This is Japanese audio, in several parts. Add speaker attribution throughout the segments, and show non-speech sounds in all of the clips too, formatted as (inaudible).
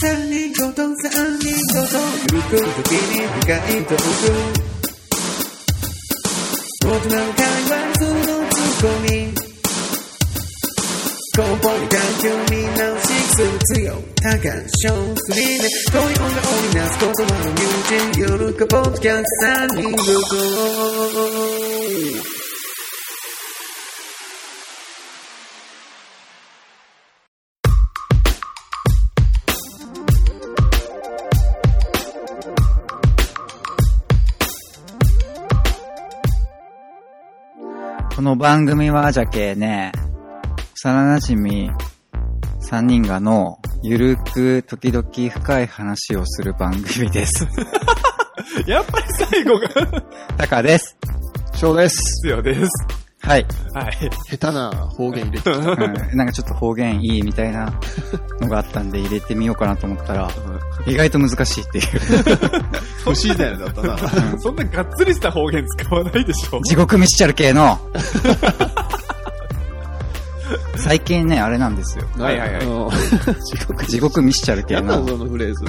Speaker 1: 三人ごと三人ごとゆくときに深いトーク大人の会話そのツッコミ根本に環境見直しする強多感症すりで恋音が織りなす言葉の友人夜かポッドキャスト三人ごと
Speaker 2: この番組はじゃけね、幼馴染3人がの、ゆるく時々深い話をする番組です。
Speaker 3: (laughs) やっぱり最後が、
Speaker 2: タカです。
Speaker 4: そうです。
Speaker 3: 必要です。 (laughs)
Speaker 2: はい、
Speaker 3: はい。
Speaker 4: 下手な方言入れて
Speaker 2: (laughs)
Speaker 4: き
Speaker 2: うん。なんかちょっと方言いいみたいなのがあったんで入れてみようかなと思ったら、意外と難しいっていう。
Speaker 4: 不自然だ (laughs) ったな。
Speaker 3: そんながっつりした方言使わないでしょ
Speaker 2: 地獄ミスチャル系
Speaker 3: (laughs)
Speaker 2: の、最近ね、あれなんですよ。
Speaker 3: はいはいはい
Speaker 4: うん地獄
Speaker 2: 地獄ミスチャル系
Speaker 4: やった
Speaker 2: の
Speaker 4: ぞ、、そのフレーズ。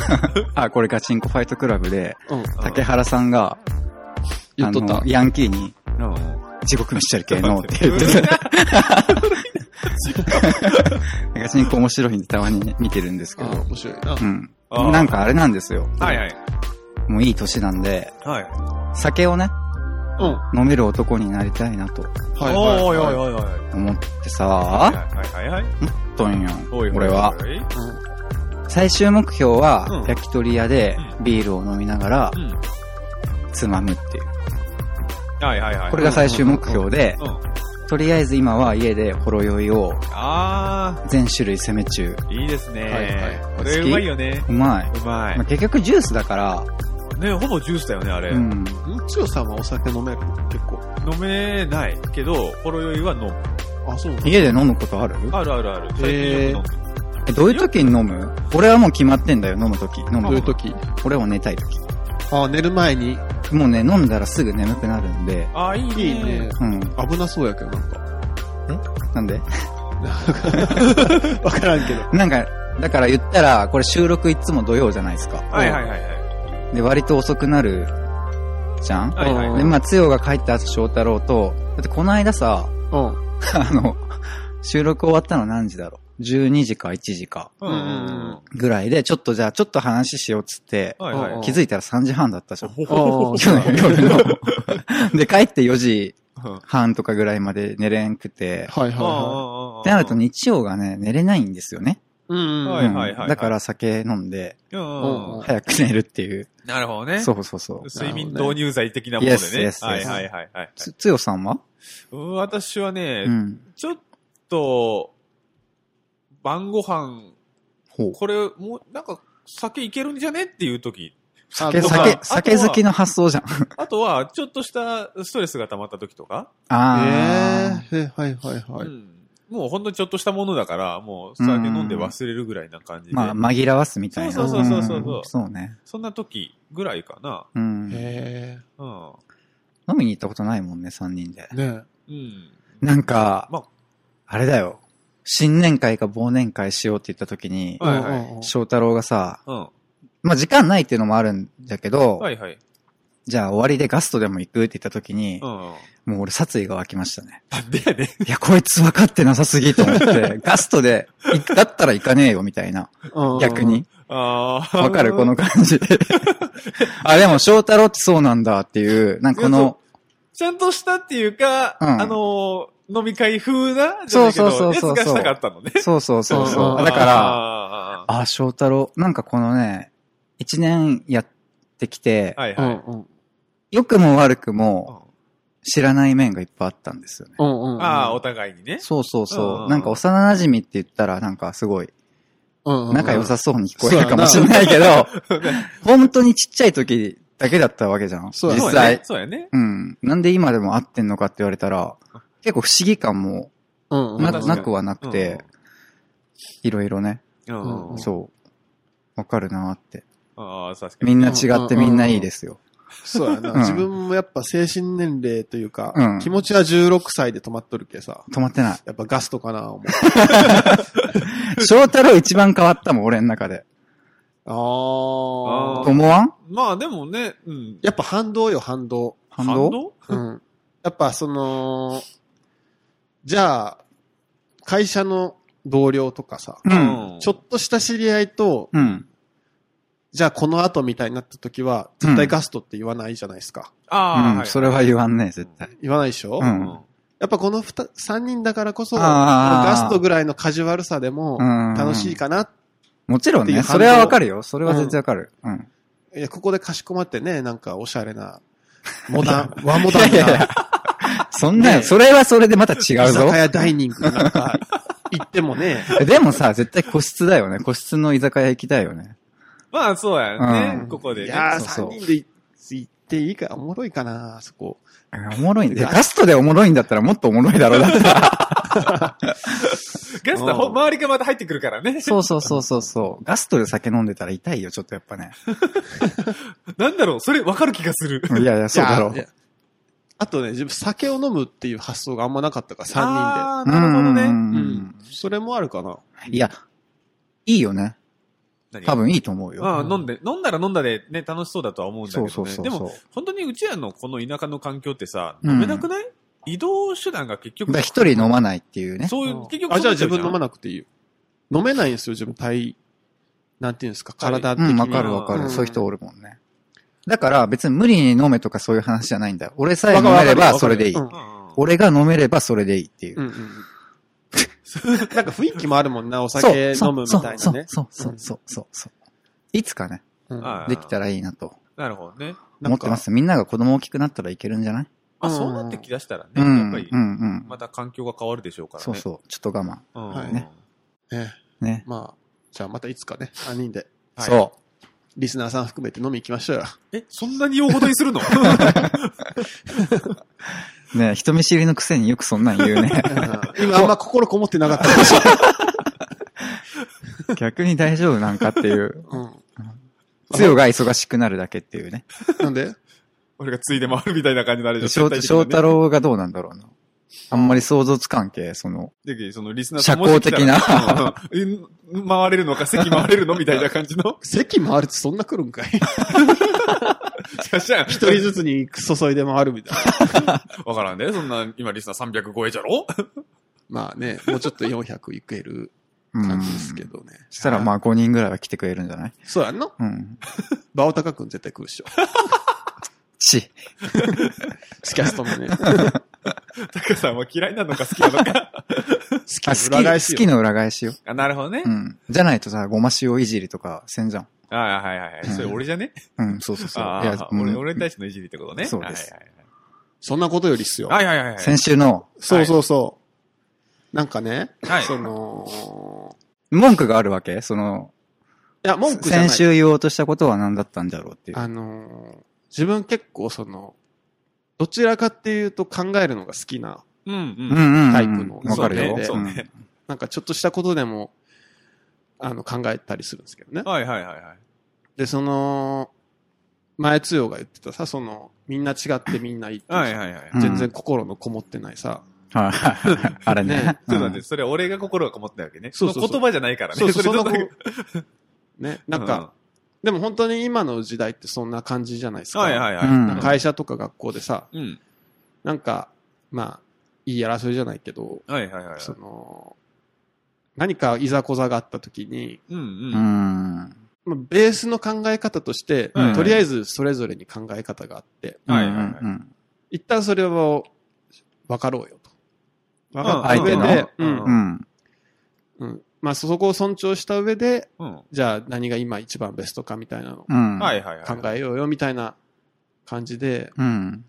Speaker 2: あ、これガチンコファイトクラブで、
Speaker 4: うん。
Speaker 2: 竹原さんが、
Speaker 4: 言っとった
Speaker 2: あの。ヤンキーに、地獄ミスチャル系のって言って (laughs) た。ガチンコ面白いんでたまに見てるんですけ
Speaker 4: あ
Speaker 2: ど
Speaker 4: あ、。面白いな
Speaker 2: う。ん。
Speaker 3: あー
Speaker 2: なんかあれなんですよ。
Speaker 3: はいはい。
Speaker 2: もういい年なんで、
Speaker 3: はい。
Speaker 2: 酒をね、
Speaker 4: うん。
Speaker 2: 飲める男になりたいなと
Speaker 4: はい
Speaker 3: お
Speaker 4: はいい
Speaker 3: おい
Speaker 4: は
Speaker 3: お
Speaker 4: い
Speaker 3: いおいおい。
Speaker 2: 思って
Speaker 3: はい
Speaker 2: さ、
Speaker 3: はいはい。
Speaker 2: とんよ
Speaker 3: おいおい。
Speaker 2: 俺は。
Speaker 3: おいおい。
Speaker 2: 最終目標は
Speaker 3: う、ん
Speaker 2: 焼き鳥屋で
Speaker 3: うん
Speaker 2: ビールを飲みながら
Speaker 3: う、ん。
Speaker 2: つまむっていう。
Speaker 3: はいはいはい。
Speaker 2: これが最終目標で
Speaker 3: う、ん。
Speaker 2: とりあえず今は家でほろ酔いを
Speaker 3: あ
Speaker 2: 全種類攻め中。
Speaker 3: ー、いいですね。
Speaker 4: はいは
Speaker 3: これ
Speaker 2: 好
Speaker 3: う
Speaker 2: き
Speaker 3: まいよね。
Speaker 2: うまい。
Speaker 3: うま
Speaker 2: まあ、結局ジュースだから、
Speaker 3: い。ね、ほぼジュースだよね、あれ。
Speaker 2: う
Speaker 3: 飲
Speaker 2: ん。
Speaker 4: うんちよさんはお酒飲める結構。
Speaker 3: めないけど、ほろ酔いは飲む。
Speaker 4: あ、そうなの
Speaker 2: 家で飲むことある
Speaker 3: あるあるある。最近よく飲む。
Speaker 2: え、どういう時に飲む俺はもう決まってんだよ、飲む時。飲む
Speaker 4: どういう時
Speaker 2: 俺はもう寝たい時。
Speaker 4: あ、寝る前に。
Speaker 2: もうね、飲んだらすぐ眠くなるんで、
Speaker 3: あー、いいね。
Speaker 4: いいね。
Speaker 2: うん。
Speaker 4: 危なそうやけど、なんか。
Speaker 2: なんで (laughs)
Speaker 4: わからんけど。
Speaker 2: なんか、だから言ったら、これ収録いつも土曜じゃないですか。
Speaker 3: はいはいはいはい。
Speaker 2: で、割と遅くなる、じゃん
Speaker 3: はいはいは
Speaker 2: で、
Speaker 3: い。
Speaker 2: まあ、つよが帰った後、翔太郎と、だってこの間さ、 (laughs)
Speaker 4: うん。
Speaker 2: あの、収録終わったの何時だろう ?12 時か1時か
Speaker 3: うんうん
Speaker 2: ぐらいで、ちょっとじゃあちょっと話しようっつって、
Speaker 3: うん。はいはい。
Speaker 2: 気づいたら3時半だったじゃん。
Speaker 3: ほ (laughs)
Speaker 4: ああ、そう
Speaker 2: 今日の夜の。で、帰って4時
Speaker 3: うん
Speaker 2: 半とかぐらいまで寝れんくて、
Speaker 4: はいはいは
Speaker 3: あ
Speaker 2: っ
Speaker 3: あ
Speaker 2: てなると日曜がね、寝れないんですよね。
Speaker 4: い。うん
Speaker 3: は
Speaker 4: う
Speaker 3: い
Speaker 4: ん。
Speaker 2: うん
Speaker 3: はい
Speaker 2: だから酒飲んで、
Speaker 3: うんうん
Speaker 2: 早く寝るっていう。
Speaker 3: なるほどね。
Speaker 2: そうそうそう。
Speaker 3: 睡眠導入剤的なものでね。
Speaker 2: Yes, yes, yes.
Speaker 3: はいはいはいはい。
Speaker 2: つ、つよさんは
Speaker 3: うん私はね、
Speaker 2: うん。
Speaker 3: ちょっと、晩ご飯、
Speaker 2: ほう。
Speaker 3: これ、もう、なんか、酒いけるんじゃねっていう時。
Speaker 2: 酒、
Speaker 3: とかあ
Speaker 2: 酒、
Speaker 3: と
Speaker 2: 酒
Speaker 3: は
Speaker 2: 好きの発想じゃん。
Speaker 3: あとは、ちょっとしたストレスが溜まった時とか。
Speaker 2: あー。
Speaker 4: ええ、はいはいは
Speaker 3: う
Speaker 4: い。
Speaker 3: んもうほんとちょっとしたものだから、もう酒飲んで忘れるぐらいな感じで。
Speaker 2: まあ、紛らわすみたいな。
Speaker 3: そうそうそうそうそうん
Speaker 2: そうね。
Speaker 3: そんな時ぐらいかな。
Speaker 2: うん。飲
Speaker 4: へ
Speaker 3: うん。
Speaker 2: みに行ったことないもんね、3人で
Speaker 4: え。。ね
Speaker 3: うん。
Speaker 2: なんか、
Speaker 3: ま
Speaker 2: あれだよ。新年会か忘年会しようって言った時に
Speaker 3: う、
Speaker 4: え。
Speaker 3: んはいはい
Speaker 4: うんうんうん
Speaker 2: 翔太郎がさ、
Speaker 3: うん。
Speaker 2: まあ、時間ないっていうのもあるんだけど、
Speaker 3: はいはい。
Speaker 2: じゃあ終わりでガストでも行くって言った時に
Speaker 3: う、ん。
Speaker 2: もう俺殺意が湧きましたね。
Speaker 3: なんでやねん。
Speaker 2: いや、こいつ分かってなさすぎと思
Speaker 3: (laughs)
Speaker 2: って、ガストで、いだったら行かねえよみたいな。
Speaker 4: うんうん
Speaker 2: 逆に。。
Speaker 3: ああ。
Speaker 2: わかるこの感
Speaker 3: (laughs)
Speaker 2: じ。あ、でも翔太郎ってそうなんだっていう、なんかこの、
Speaker 3: ちゃんとしたっていうか、
Speaker 2: うん
Speaker 3: あのー、飲み会風な、じゃないけ
Speaker 2: そ
Speaker 3: ど
Speaker 2: うそうそうそう
Speaker 3: やつがしたかったのね。
Speaker 2: そうそうそうそう。
Speaker 4: うん
Speaker 2: だから、
Speaker 3: ら、
Speaker 2: あ、翔太郎、なんかこのね、一年やってきて、
Speaker 3: はいうはい。
Speaker 4: んうん。
Speaker 2: 良くも悪く
Speaker 3: う
Speaker 2: も
Speaker 3: ん
Speaker 2: 知らない面がいっぱいあったんですよね。
Speaker 4: うんうんうん。
Speaker 3: ああ、お互いにね。
Speaker 2: そうそうそうう。
Speaker 3: ん
Speaker 2: なんか幼馴染って言ったらなんかすごい
Speaker 4: うんうん。
Speaker 2: 仲良さそうに聞こえるかもしれないけど、本当にちっちゃい時だけだったわけじゃん。
Speaker 4: そう
Speaker 2: 実
Speaker 4: だね
Speaker 3: そうや
Speaker 2: 際。
Speaker 3: ねそうやね。
Speaker 2: うん。なんで今でも会ってんのかって言われたら、結構不思議感も
Speaker 4: うんうん。
Speaker 2: な,、
Speaker 3: 確かに
Speaker 2: なくはなくて、いろいろね、
Speaker 3: うん。
Speaker 4: うん
Speaker 2: そう。わかるなーって。
Speaker 3: ああ、確かに。
Speaker 2: みんな違ってみんないいですよ。
Speaker 4: そうやな。
Speaker 2: うん
Speaker 4: 自分もやっぱ精神年齢というか、
Speaker 2: うん
Speaker 4: 気持ちは16歳で止まっとるけさ、
Speaker 2: 止まってない。
Speaker 4: やっぱガストかな、思う。
Speaker 2: 翔太郎一番変わったもん、俺の中で。
Speaker 4: ああ
Speaker 3: あー
Speaker 2: と思わん
Speaker 3: まあでもね、うん。
Speaker 4: やっぱ反動よ、反動。
Speaker 2: 反動
Speaker 4: うん。 (laughs) やっぱその、じゃあ、会社の同僚とかさ、
Speaker 2: うん。
Speaker 3: うん
Speaker 4: ちょっとした知り合いと、
Speaker 2: うん。
Speaker 4: じゃあこの後みたいになった時は、絶対ガストって言わないじゃないですか。
Speaker 3: ああ、
Speaker 2: うん。
Speaker 3: い
Speaker 2: それは言わんね、絶対。
Speaker 4: 言わないでしょ、
Speaker 2: うん
Speaker 4: やっぱこの二三人だからこそ、
Speaker 2: あー
Speaker 4: ガストぐらいのカジュアルさでも
Speaker 2: うん、
Speaker 4: 楽しいかな。
Speaker 2: もちろん
Speaker 4: ってい
Speaker 2: ね、
Speaker 4: う反
Speaker 2: そ
Speaker 4: 応
Speaker 2: れはわかるよ。それは絶対わかる。うん。
Speaker 4: いやここでかしこまってね、なんかおしゃれ
Speaker 2: (laughs)
Speaker 4: な、モダン、和モダンな、
Speaker 2: そんな
Speaker 4: ね
Speaker 2: よ、それはそれでまた
Speaker 4: (laughs)
Speaker 2: 違
Speaker 4: 居
Speaker 2: う
Speaker 4: 酒
Speaker 2: ぞ。
Speaker 4: 屋ダイニングなんか、行ってもね、
Speaker 2: (laughs) でもさ、絶対個室だよね。個室の居酒屋行きたいよね。
Speaker 3: まあそうやね、
Speaker 2: うん
Speaker 3: (laughs) ここで
Speaker 4: い
Speaker 3: ね。
Speaker 4: やー、
Speaker 2: そうそう
Speaker 4: 三人で行っていいか、おもろいかな、そこ。
Speaker 2: おもろいんだ。ガストでおもろいんだったらもっとおもろいだろう。だってさ
Speaker 3: ゲストほ
Speaker 4: うん
Speaker 3: 周りがまた入ってくるからね。
Speaker 2: そうそうそうそうそう。ガストで酒飲んでたら痛いよ、ちょっとやっぱね。
Speaker 3: (laughs) なんだろう、それ分かる気がする。
Speaker 2: いやいや、そうだろ
Speaker 4: いや
Speaker 2: う。
Speaker 4: いやあとね、自分酒を飲むっていう発想があんまなかったから、三
Speaker 3: ああ、
Speaker 2: う
Speaker 3: なるほど
Speaker 2: んう
Speaker 3: ね。
Speaker 4: 人で。うんん。それもあるかな。
Speaker 2: うん。いや、いいよね。
Speaker 3: 何
Speaker 2: 多。分いいと思う
Speaker 3: ま
Speaker 2: よ。
Speaker 3: あ飲んで、飲んだら飲んだでね、楽しそうだとは思うんだけど
Speaker 2: そう
Speaker 3: ね。
Speaker 2: そうそう
Speaker 3: で
Speaker 2: そう。
Speaker 3: も、本当にうちらのこの田舎の環境ってさ、
Speaker 2: うん
Speaker 3: 飲めなくない、移動手段が結
Speaker 2: だか
Speaker 3: 局
Speaker 2: ら、一人飲まないっていうね。
Speaker 3: そういうう、
Speaker 4: ん
Speaker 3: 結局
Speaker 4: あ、じゃあ自分飲ま
Speaker 3: な
Speaker 4: なくていいよ。飲めないんですよ、自分、体、なんていうんですか、体的
Speaker 2: う
Speaker 4: に。
Speaker 2: ん、わかるわか
Speaker 4: う
Speaker 2: る。
Speaker 4: ん
Speaker 2: そういう人おるもんね。だから別に無理に飲めとかそういう話じゃないんだよ。俺さえ
Speaker 4: わ
Speaker 2: 飲
Speaker 4: かるわ
Speaker 2: め
Speaker 4: か
Speaker 2: れ
Speaker 4: る
Speaker 2: ばそれでいい。
Speaker 4: わか
Speaker 2: 俺が飲めればそれでいいっていうう。
Speaker 4: んうんうんなんか雰囲気もあるもんな、お
Speaker 2: そう
Speaker 4: 酒飲むみたいなね。
Speaker 2: そうそうそうそうそうそう。いつかね、
Speaker 4: うん
Speaker 3: あ
Speaker 2: できたらいいなと
Speaker 3: なるほどね。
Speaker 2: 思ってま。す。みんなが子供大きくなったらいけるんじゃない
Speaker 3: まあ
Speaker 4: うん
Speaker 3: そうなってきだしたらね、
Speaker 2: う
Speaker 3: やっ
Speaker 2: ん、う
Speaker 3: ぱ
Speaker 2: ん
Speaker 3: り、、
Speaker 2: うん。
Speaker 3: また環境が変わるでしょうからね。
Speaker 2: そうそう。ちょっと我慢。
Speaker 3: うん。
Speaker 4: はい
Speaker 2: ね
Speaker 4: なんかね
Speaker 2: ね。
Speaker 4: まあ、じゃあまたいつかね、3人で、
Speaker 3: はい
Speaker 2: そ
Speaker 4: リスナーさん含めて飲み行きましょうよ。
Speaker 3: え、そんなに大ごとに
Speaker 2: (laughs)
Speaker 3: するの
Speaker 2: う。ね人見知りのくせによくそんなん言うね。
Speaker 4: 今あんま心こもってなかったでしょ。
Speaker 2: 逆に大丈夫なんかっていう。
Speaker 4: うん
Speaker 2: つよが忙しくなるだけっていうね。
Speaker 4: なんで
Speaker 3: 俺がついで回るみたいな感じになるでし
Speaker 2: 翔
Speaker 3: ょ。
Speaker 2: 翔太
Speaker 3: 郎。
Speaker 2: 郎がどうなんだろうな。あんまり想像つかんけ、その、
Speaker 3: だけどそのリスナー
Speaker 2: 社交的な
Speaker 3: な。うんうん回れるのか、席回れるのみたいな感じ
Speaker 2: (laughs)
Speaker 3: の。
Speaker 4: 席回るってそんな来るんかい
Speaker 3: しゃしゃん。
Speaker 4: 一人ずつに注いで回るみたいな。
Speaker 3: わからんね。そんな、今リスナー300超えじゃろ (laughs)
Speaker 4: まあね、もうちょっと400いける
Speaker 2: うん。
Speaker 4: 感じですけどね。
Speaker 2: したらま
Speaker 4: あ。
Speaker 2: あ5人ぐらいは来てくれるんじゃない
Speaker 4: そうやんの
Speaker 2: うん。
Speaker 4: バオタカ君絶対来るっ
Speaker 3: (laughs)
Speaker 4: しょ。
Speaker 2: ち。
Speaker 4: スキャストも
Speaker 3: (laughs)
Speaker 4: ね。
Speaker 3: タカさんは嫌いなのか好きなのか。
Speaker 4: スキ
Speaker 2: あ、好き、好きの裏返しよ。
Speaker 3: あ、なるほどね
Speaker 2: う。ん。じゃないとさ、ごま塩いじりとかせんじゃん。
Speaker 3: ああはいはいはい。それ俺じゃね
Speaker 2: うん、そうそうそう。
Speaker 3: あ
Speaker 2: いや
Speaker 3: あ、、俺、
Speaker 2: うん
Speaker 3: 俺に対してのいじりってことね。
Speaker 2: そうです
Speaker 4: そんなことよりっすよ。
Speaker 3: はいはいはいはい。はい
Speaker 2: 先週の、
Speaker 4: そうそうそう。なんかね、
Speaker 3: はい
Speaker 4: その、
Speaker 2: 文句があるわけその、
Speaker 4: いや、文句じゃない。
Speaker 2: 先週言おうとしたことは何だったんだろうっていう。
Speaker 4: あのー自分結構その、どちらかっていうと考えるのが好きな、
Speaker 3: うん
Speaker 2: うん
Speaker 3: うん。
Speaker 2: うんうん。
Speaker 4: タイプの
Speaker 2: わかるよ。
Speaker 4: そう
Speaker 3: ね
Speaker 2: ん
Speaker 4: なんかちょっとしたことでも、あの、考えたりするんですけどね。
Speaker 3: はいはいはいはい。
Speaker 4: で、その、前つよが言ってたさ、その、みんな違ってみんないいっていうさ
Speaker 3: はいはいはい。
Speaker 2: うん
Speaker 4: 全然心のこもってないさ、
Speaker 2: はいはいはいあれね
Speaker 4: ね。
Speaker 2: う
Speaker 3: そうんだね。それ俺が心がこもってないわけね。
Speaker 4: そうそうそう
Speaker 3: の言葉じゃないからね。
Speaker 4: そうそう、そん
Speaker 3: れ
Speaker 4: な
Speaker 3: と
Speaker 4: こね、なんか、、でも本当に今の時代ってそんな感じじゃないです
Speaker 3: う
Speaker 4: か。
Speaker 3: んはいはいはい。
Speaker 2: うん
Speaker 4: なんか会社とか学校でさ、
Speaker 3: うん。
Speaker 4: なんか、まあ、いい争いじゃないけど、
Speaker 3: はいはいはいはい。
Speaker 4: その、何かいざこざがあった時に、
Speaker 3: うんうん。
Speaker 2: う
Speaker 3: は
Speaker 2: ん。
Speaker 3: い
Speaker 4: まあ、ベースの考え方として、
Speaker 2: うん
Speaker 4: とりあえずそれぞれに考え方があって、
Speaker 3: はい
Speaker 2: うん
Speaker 3: は
Speaker 2: うんう
Speaker 3: い。
Speaker 2: ん
Speaker 4: 一旦それを分かろうよと。分かった
Speaker 2: 相手
Speaker 4: 上
Speaker 2: の
Speaker 4: で、う
Speaker 3: うん
Speaker 4: ん
Speaker 2: う、ん。
Speaker 4: うんまあそこを尊重した上で、
Speaker 3: うん。
Speaker 4: じゃあ何が今一番ベストかみたいなのを
Speaker 2: うん。
Speaker 3: はいはいはい。
Speaker 4: 考えようよみたいな感じで、
Speaker 2: うん。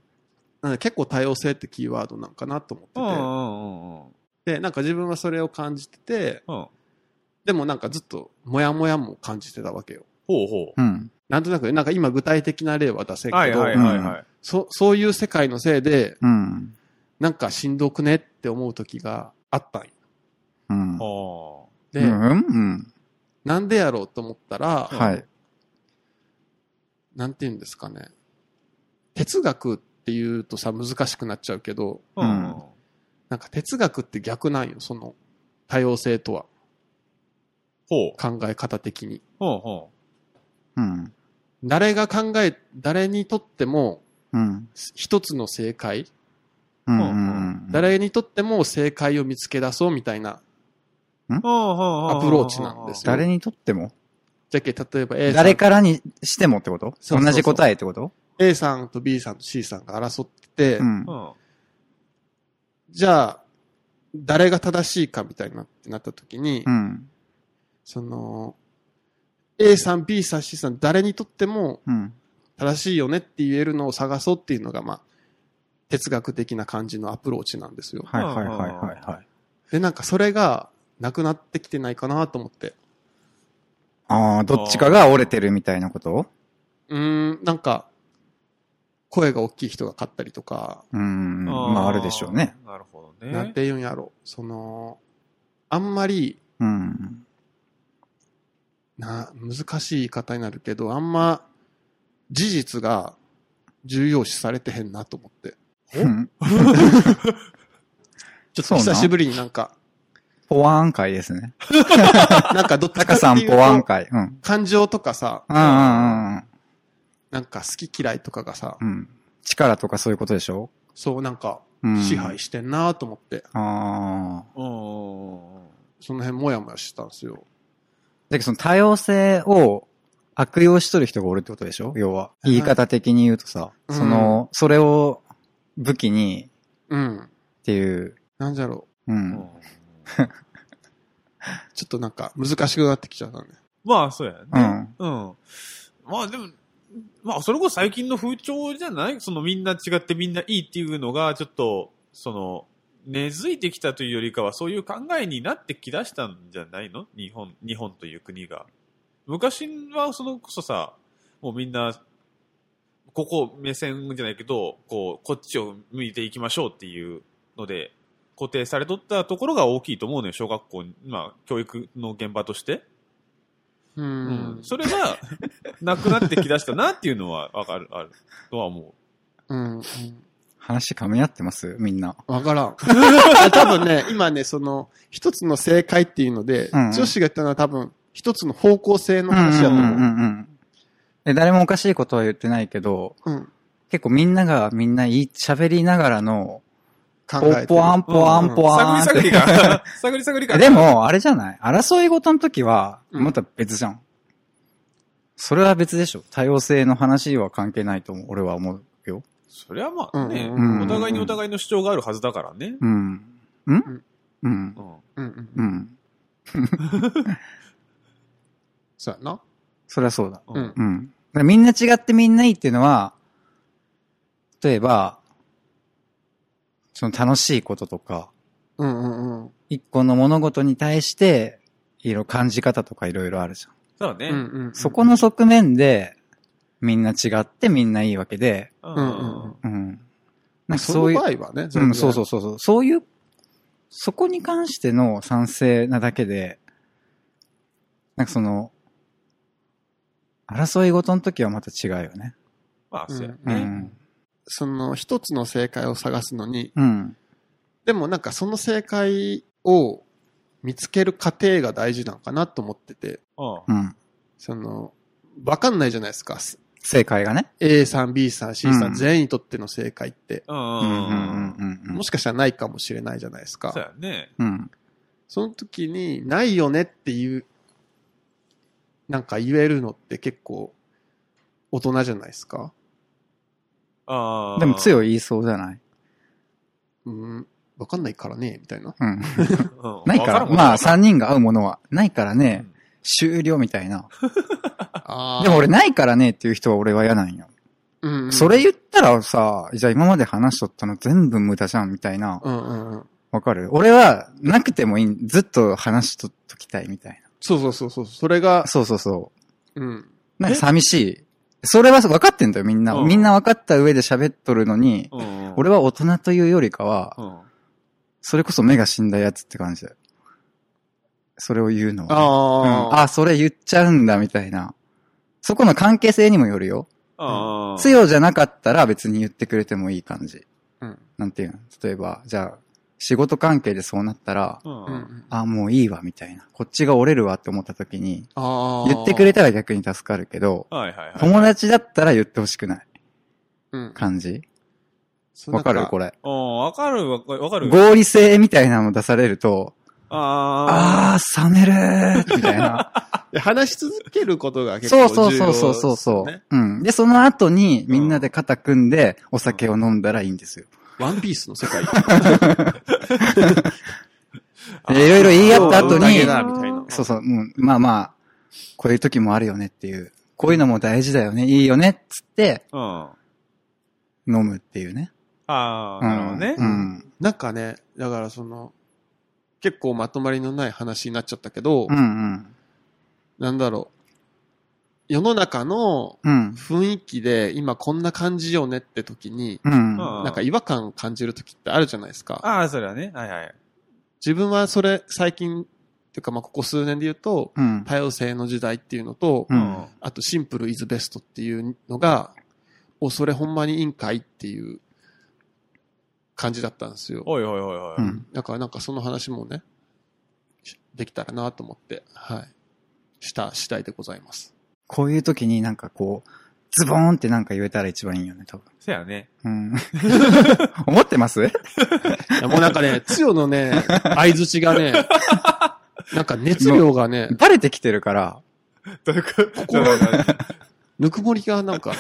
Speaker 4: なんか結構多様性ってキーワードなんかなと思
Speaker 3: うんうん
Speaker 4: っ
Speaker 3: うんうん
Speaker 4: てて、で、なんか自分はそれを感じてて、
Speaker 3: うん。
Speaker 4: でもなんかずっとモヤモヤも感じてたわけよ。
Speaker 3: ほうほ
Speaker 2: うん。
Speaker 4: なんとなく、なんか今具体的な例は出せん
Speaker 3: う。は
Speaker 4: け
Speaker 3: い
Speaker 4: ど、
Speaker 3: はいはいはい。
Speaker 4: そそういう世界のせいで、
Speaker 2: うん。
Speaker 4: なんかしんどくねって思う時があったんよ。
Speaker 2: うん。
Speaker 3: ほ
Speaker 4: で、
Speaker 2: うんうん。
Speaker 4: なんでやろうと思ったら、
Speaker 2: はい。
Speaker 4: なんて言うんですかね。哲学って言うとさ、難しくなっちゃうけど、
Speaker 3: う。
Speaker 2: うん
Speaker 3: うん
Speaker 4: なんか哲学って逆なんよ、その多様性とは、
Speaker 3: ほう。
Speaker 4: 考え方的に。
Speaker 3: ほうほ
Speaker 2: うん。
Speaker 4: 誰が考え、誰にとっても
Speaker 2: うん。
Speaker 4: 一つの正解、
Speaker 2: うん。
Speaker 3: ほうほう
Speaker 2: うん。
Speaker 4: 誰にとっても正解を見つけ出そうみたいな。
Speaker 3: ア
Speaker 4: アプローチなんですよ
Speaker 2: 誰にとっても
Speaker 4: じゃけ、例えば A さ
Speaker 2: 誰
Speaker 4: ん
Speaker 2: からにしてもってこと
Speaker 4: そうそうそう
Speaker 2: 同じ答えってこと
Speaker 4: A さんと B さんと C さんが争ってて、
Speaker 2: うん。
Speaker 3: うん。
Speaker 4: じゃあ、誰が正しいかみたいなってなった時に、
Speaker 2: うん。
Speaker 4: その、A さん、B さん、C さん、誰にとっても
Speaker 2: うん。
Speaker 4: 正しいよねって言えるのを探そうっていうのが、まあ、哲学的な感じのアプローチなんですよ。
Speaker 2: はいはいはいはいはい。
Speaker 4: で、なんかそれがなくなってきてないかなと思って。
Speaker 2: ああ、どっちかが折れてるみたいなこと
Speaker 4: うーん、なんか、声が大きい人が勝ったりとか、
Speaker 2: うん。まああるでしょうね。
Speaker 3: あー。なるほどね。
Speaker 4: なんて言うんやろ。その、あんまり、
Speaker 2: うん。
Speaker 4: な、難しい言い方になるけど、あんま、事実が重要視されてへんなと思って。
Speaker 2: うん
Speaker 4: (laughs) ちょっ
Speaker 2: そ
Speaker 4: と
Speaker 2: うなん
Speaker 4: 久しぶりになん
Speaker 2: (laughs)
Speaker 4: か、
Speaker 2: ポワン会ですね。
Speaker 4: なんかどっち
Speaker 2: 高
Speaker 4: か
Speaker 2: さ
Speaker 4: (laughs) って
Speaker 2: ん
Speaker 4: い
Speaker 2: ポワン
Speaker 4: うと、
Speaker 2: 会。うん。
Speaker 4: 感情とかさ、
Speaker 2: うんうんうん
Speaker 4: なんか好き嫌いとかがさ
Speaker 2: う、ん。うん。力とかそういうことでしょ
Speaker 4: そうなんか
Speaker 2: うん。
Speaker 4: 支配してんなと思って、
Speaker 2: ああ。
Speaker 3: うんうんうん。
Speaker 4: その辺もやもやしてたんですよ。
Speaker 2: だけどその多様性を悪用しとる人がおるってことでしょ要は。言い方的に言うとさ、
Speaker 4: うん
Speaker 2: その、それを武器に
Speaker 4: うん。
Speaker 2: っていう、
Speaker 4: なんじゃろ
Speaker 2: う。
Speaker 3: うんん
Speaker 4: う。ちょっとなんか難しくなってきちゃったね。
Speaker 3: まあ、そうや
Speaker 2: う
Speaker 3: ね。
Speaker 2: ん。
Speaker 3: うん。まあ、でも、まあ、それこそ最近の風潮じゃないそのみんな違ってみんないいっていうのが、ちょっと、その、根付いてきたというよりかは、そういう考えになってきだしたんじゃないの日本、日本という国が。昔は、そのこそさ、もうみんな、ここ目線じゃないけど、こう、こっちを向いていきましょうっていうので、固定されとったところが大きいと思うのよ、小学校に、まあ、教育の現場として。
Speaker 4: う
Speaker 3: うん
Speaker 4: ん。
Speaker 3: それが、なくなってきだしたなっていうのは、わかる、ある、とは思
Speaker 4: うん。うん
Speaker 2: 話噛み合ってますみんな。
Speaker 4: わから
Speaker 2: (laughs)
Speaker 4: ん。多分ね、今ね、その、一つの正解っていうので、
Speaker 2: うん
Speaker 4: 女子が言ったのは多分、一つの方向性の
Speaker 2: うんうん
Speaker 4: 話だと
Speaker 2: うんう
Speaker 4: 思う。
Speaker 2: んで誰もおかしいことは言ってないけど、
Speaker 4: うん。
Speaker 2: 結構みんながみんな言い、喋りながらの、
Speaker 4: 考
Speaker 2: ポ
Speaker 4: えて
Speaker 2: ポ
Speaker 4: る。
Speaker 2: ワン
Speaker 3: う。
Speaker 2: ポワ
Speaker 3: う
Speaker 2: ン
Speaker 3: ん
Speaker 2: ポワンっ
Speaker 3: 探り探り
Speaker 2: て。
Speaker 3: が、 (laughs) 探り探りが。
Speaker 2: で、も、あれじゃない争い事の時は、
Speaker 4: うん
Speaker 2: また別じゃん。それは別でしょ。多様性の話は関係ないと思う俺は思うよ。
Speaker 3: それはまあね、
Speaker 4: うん
Speaker 2: うんうん
Speaker 3: お互いにお互いの主張があるはずだからね。
Speaker 2: うん。んうん
Speaker 3: う。ん。
Speaker 4: うんうん
Speaker 2: う
Speaker 4: うん。
Speaker 2: ん。
Speaker 4: そうやな。
Speaker 2: それはそうだ。
Speaker 3: う
Speaker 4: うん
Speaker 3: ん。
Speaker 2: うん。だからみんな違ってみんないいっていうのは、例えば、その楽しいこととか、
Speaker 4: うんうんうん。
Speaker 2: 一個の物事に対して、いろいろ感じ方とかいろいろあるじゃん。
Speaker 3: そうだね。
Speaker 4: うんうんうん。
Speaker 2: そこの側面で、みんな違ってみんないいわけで、
Speaker 3: う
Speaker 4: うんうんうん。
Speaker 2: うん。なんか
Speaker 4: そ
Speaker 2: そう
Speaker 4: の
Speaker 2: いう
Speaker 4: 場、合はね、全
Speaker 2: う
Speaker 4: 然
Speaker 2: ん、そうそうそうそう。そういう、そこに関しての賛成なだけで、なんかその、争い事の時はまた違うよね。
Speaker 3: まあ、そうやね。
Speaker 4: う
Speaker 2: うんん。
Speaker 4: その一つの正解を探すのに、
Speaker 2: うん。
Speaker 4: でもなんかその正解を見つける過程が大事なのかなと思ってて、
Speaker 3: うん。
Speaker 2: うん。
Speaker 4: その、わかんないじゃないですか。
Speaker 2: 正解がね。
Speaker 4: A さん、B さん、C さん、
Speaker 2: うん
Speaker 4: 全員にとっての正解って、
Speaker 3: うん
Speaker 2: う
Speaker 3: うん
Speaker 2: うん
Speaker 3: う
Speaker 2: ん
Speaker 3: ん
Speaker 2: うんうん
Speaker 4: もしかしたらないかもしれないじゃないですか。
Speaker 3: そうやね。
Speaker 2: うん。
Speaker 4: その時に、ないよねっていう、なんか言えるのって結構、大人じゃないですか。
Speaker 3: ああ。
Speaker 2: でも
Speaker 3: い。
Speaker 2: 強い言いそうじゃない
Speaker 4: うん、わかんないからね、みたいな。
Speaker 2: うん。
Speaker 3: うん
Speaker 2: ないから、
Speaker 3: わん
Speaker 2: まあ
Speaker 3: わん
Speaker 2: 3人が会うものはないからね
Speaker 3: うん、
Speaker 2: 終了みたいな。
Speaker 4: あー
Speaker 2: でも、俺ないからねっていう人は俺は嫌なんよ。
Speaker 4: うんうん
Speaker 2: それ言ったらさ、じゃあ今まで話しとったの全部無駄じゃんみたいな。
Speaker 4: うんうんうん。
Speaker 2: わかる俺はなくてもいい。ずっと話しとっときたいみたい
Speaker 4: そうそうそうそう。それが
Speaker 2: な。、そうそうそう。
Speaker 4: うん。
Speaker 2: なんか寂しい。それは分かってんだよ、みんな。
Speaker 3: うん
Speaker 2: みんな分かった上で喋っとるのに、
Speaker 3: うんうん。
Speaker 2: 俺は大人というよりかは、
Speaker 3: うん。
Speaker 2: それこそ目が死んだやつって感じだよ。それを言うのは。うん
Speaker 4: ああ、
Speaker 2: あ、それ言っちゃうんだ、みたいな。そこの関係性にもよるよ。
Speaker 3: ああ。
Speaker 2: 強じゃなかったら別に言ってくれてもいい感じ。
Speaker 4: うん。
Speaker 2: なんていうの例えば、じゃあ、仕事関係でそうなったら、
Speaker 3: うん。
Speaker 4: うんう
Speaker 3: うん
Speaker 4: ん。
Speaker 2: あ、もういいわ、みたいな。こっちが折れるわって思った時に、
Speaker 4: ああ。
Speaker 2: 言ってくれたら逆に助かるけど、
Speaker 3: はいはいはい。
Speaker 2: 友達だったら言ってほしくない
Speaker 4: うん。
Speaker 2: 感じ
Speaker 4: そう
Speaker 2: わか
Speaker 4: な
Speaker 2: る
Speaker 4: ん
Speaker 2: これ。
Speaker 3: うん、わかるわかる。わかる。
Speaker 2: 合理性みたいなの出されると、
Speaker 3: あ
Speaker 2: あー、冷めるーみたいな。
Speaker 4: 話し続けることが結
Speaker 2: そう
Speaker 4: 構
Speaker 2: そう
Speaker 4: 重
Speaker 2: そ
Speaker 4: 要
Speaker 2: うそうそうそ
Speaker 4: ですね
Speaker 2: う。うん。で、その後にみんなで肩組んでお酒を飲んだらいいんですよ。
Speaker 4: ワンピースの
Speaker 2: (laughs)
Speaker 4: 世界。
Speaker 3: あ。
Speaker 2: でいろいろ言い合った後
Speaker 4: だ
Speaker 2: に
Speaker 4: け、だみたいな。
Speaker 2: そうそう、うん、まあまあ、こういう時もあるよねっていう。こういうのも大事だよね、いいよねっつって
Speaker 3: うん。あ
Speaker 2: 飲むっていうね。
Speaker 3: あー、
Speaker 2: うん
Speaker 3: なるほどね
Speaker 2: う。ん。
Speaker 4: なんかね、だからその、結構まとまりのない話になっちゃったけど、
Speaker 2: うんうん。
Speaker 4: なんだろう。世の中の
Speaker 2: うん。
Speaker 4: 雰囲気で今こんな感じよねって時に、
Speaker 2: うん。
Speaker 3: うん
Speaker 4: なんか違和感感じる時ってあるじゃないですか。
Speaker 3: ああ、それはね。はいはい。
Speaker 4: 自分はそれ最近、っていうかまあここ数年で言うと、
Speaker 2: うん。
Speaker 4: 多様性の時代っていうのと、
Speaker 2: うん
Speaker 4: あとシンプルイズベストっていうのが、お、それほんまにいいんかいっていう感じだったんですよ。
Speaker 3: おいおいおいおい。
Speaker 2: うん
Speaker 4: だからなんかその話もね、しできたらなと思って、はい。した次第でございます。
Speaker 2: こういう時になんかこう、ズボーンってなんか言えたら一番いいよね、多分。
Speaker 3: せやね。
Speaker 2: うん。思ってます
Speaker 4: いやもうなんかね、 (laughs) つよのね、相づち
Speaker 2: (laughs)
Speaker 4: がね、なんか熱量がね、
Speaker 2: バレてきてるから、
Speaker 3: どういうこと
Speaker 4: こ
Speaker 3: どういうこと
Speaker 4: ぬくもりがな
Speaker 2: (laughs)
Speaker 4: んか、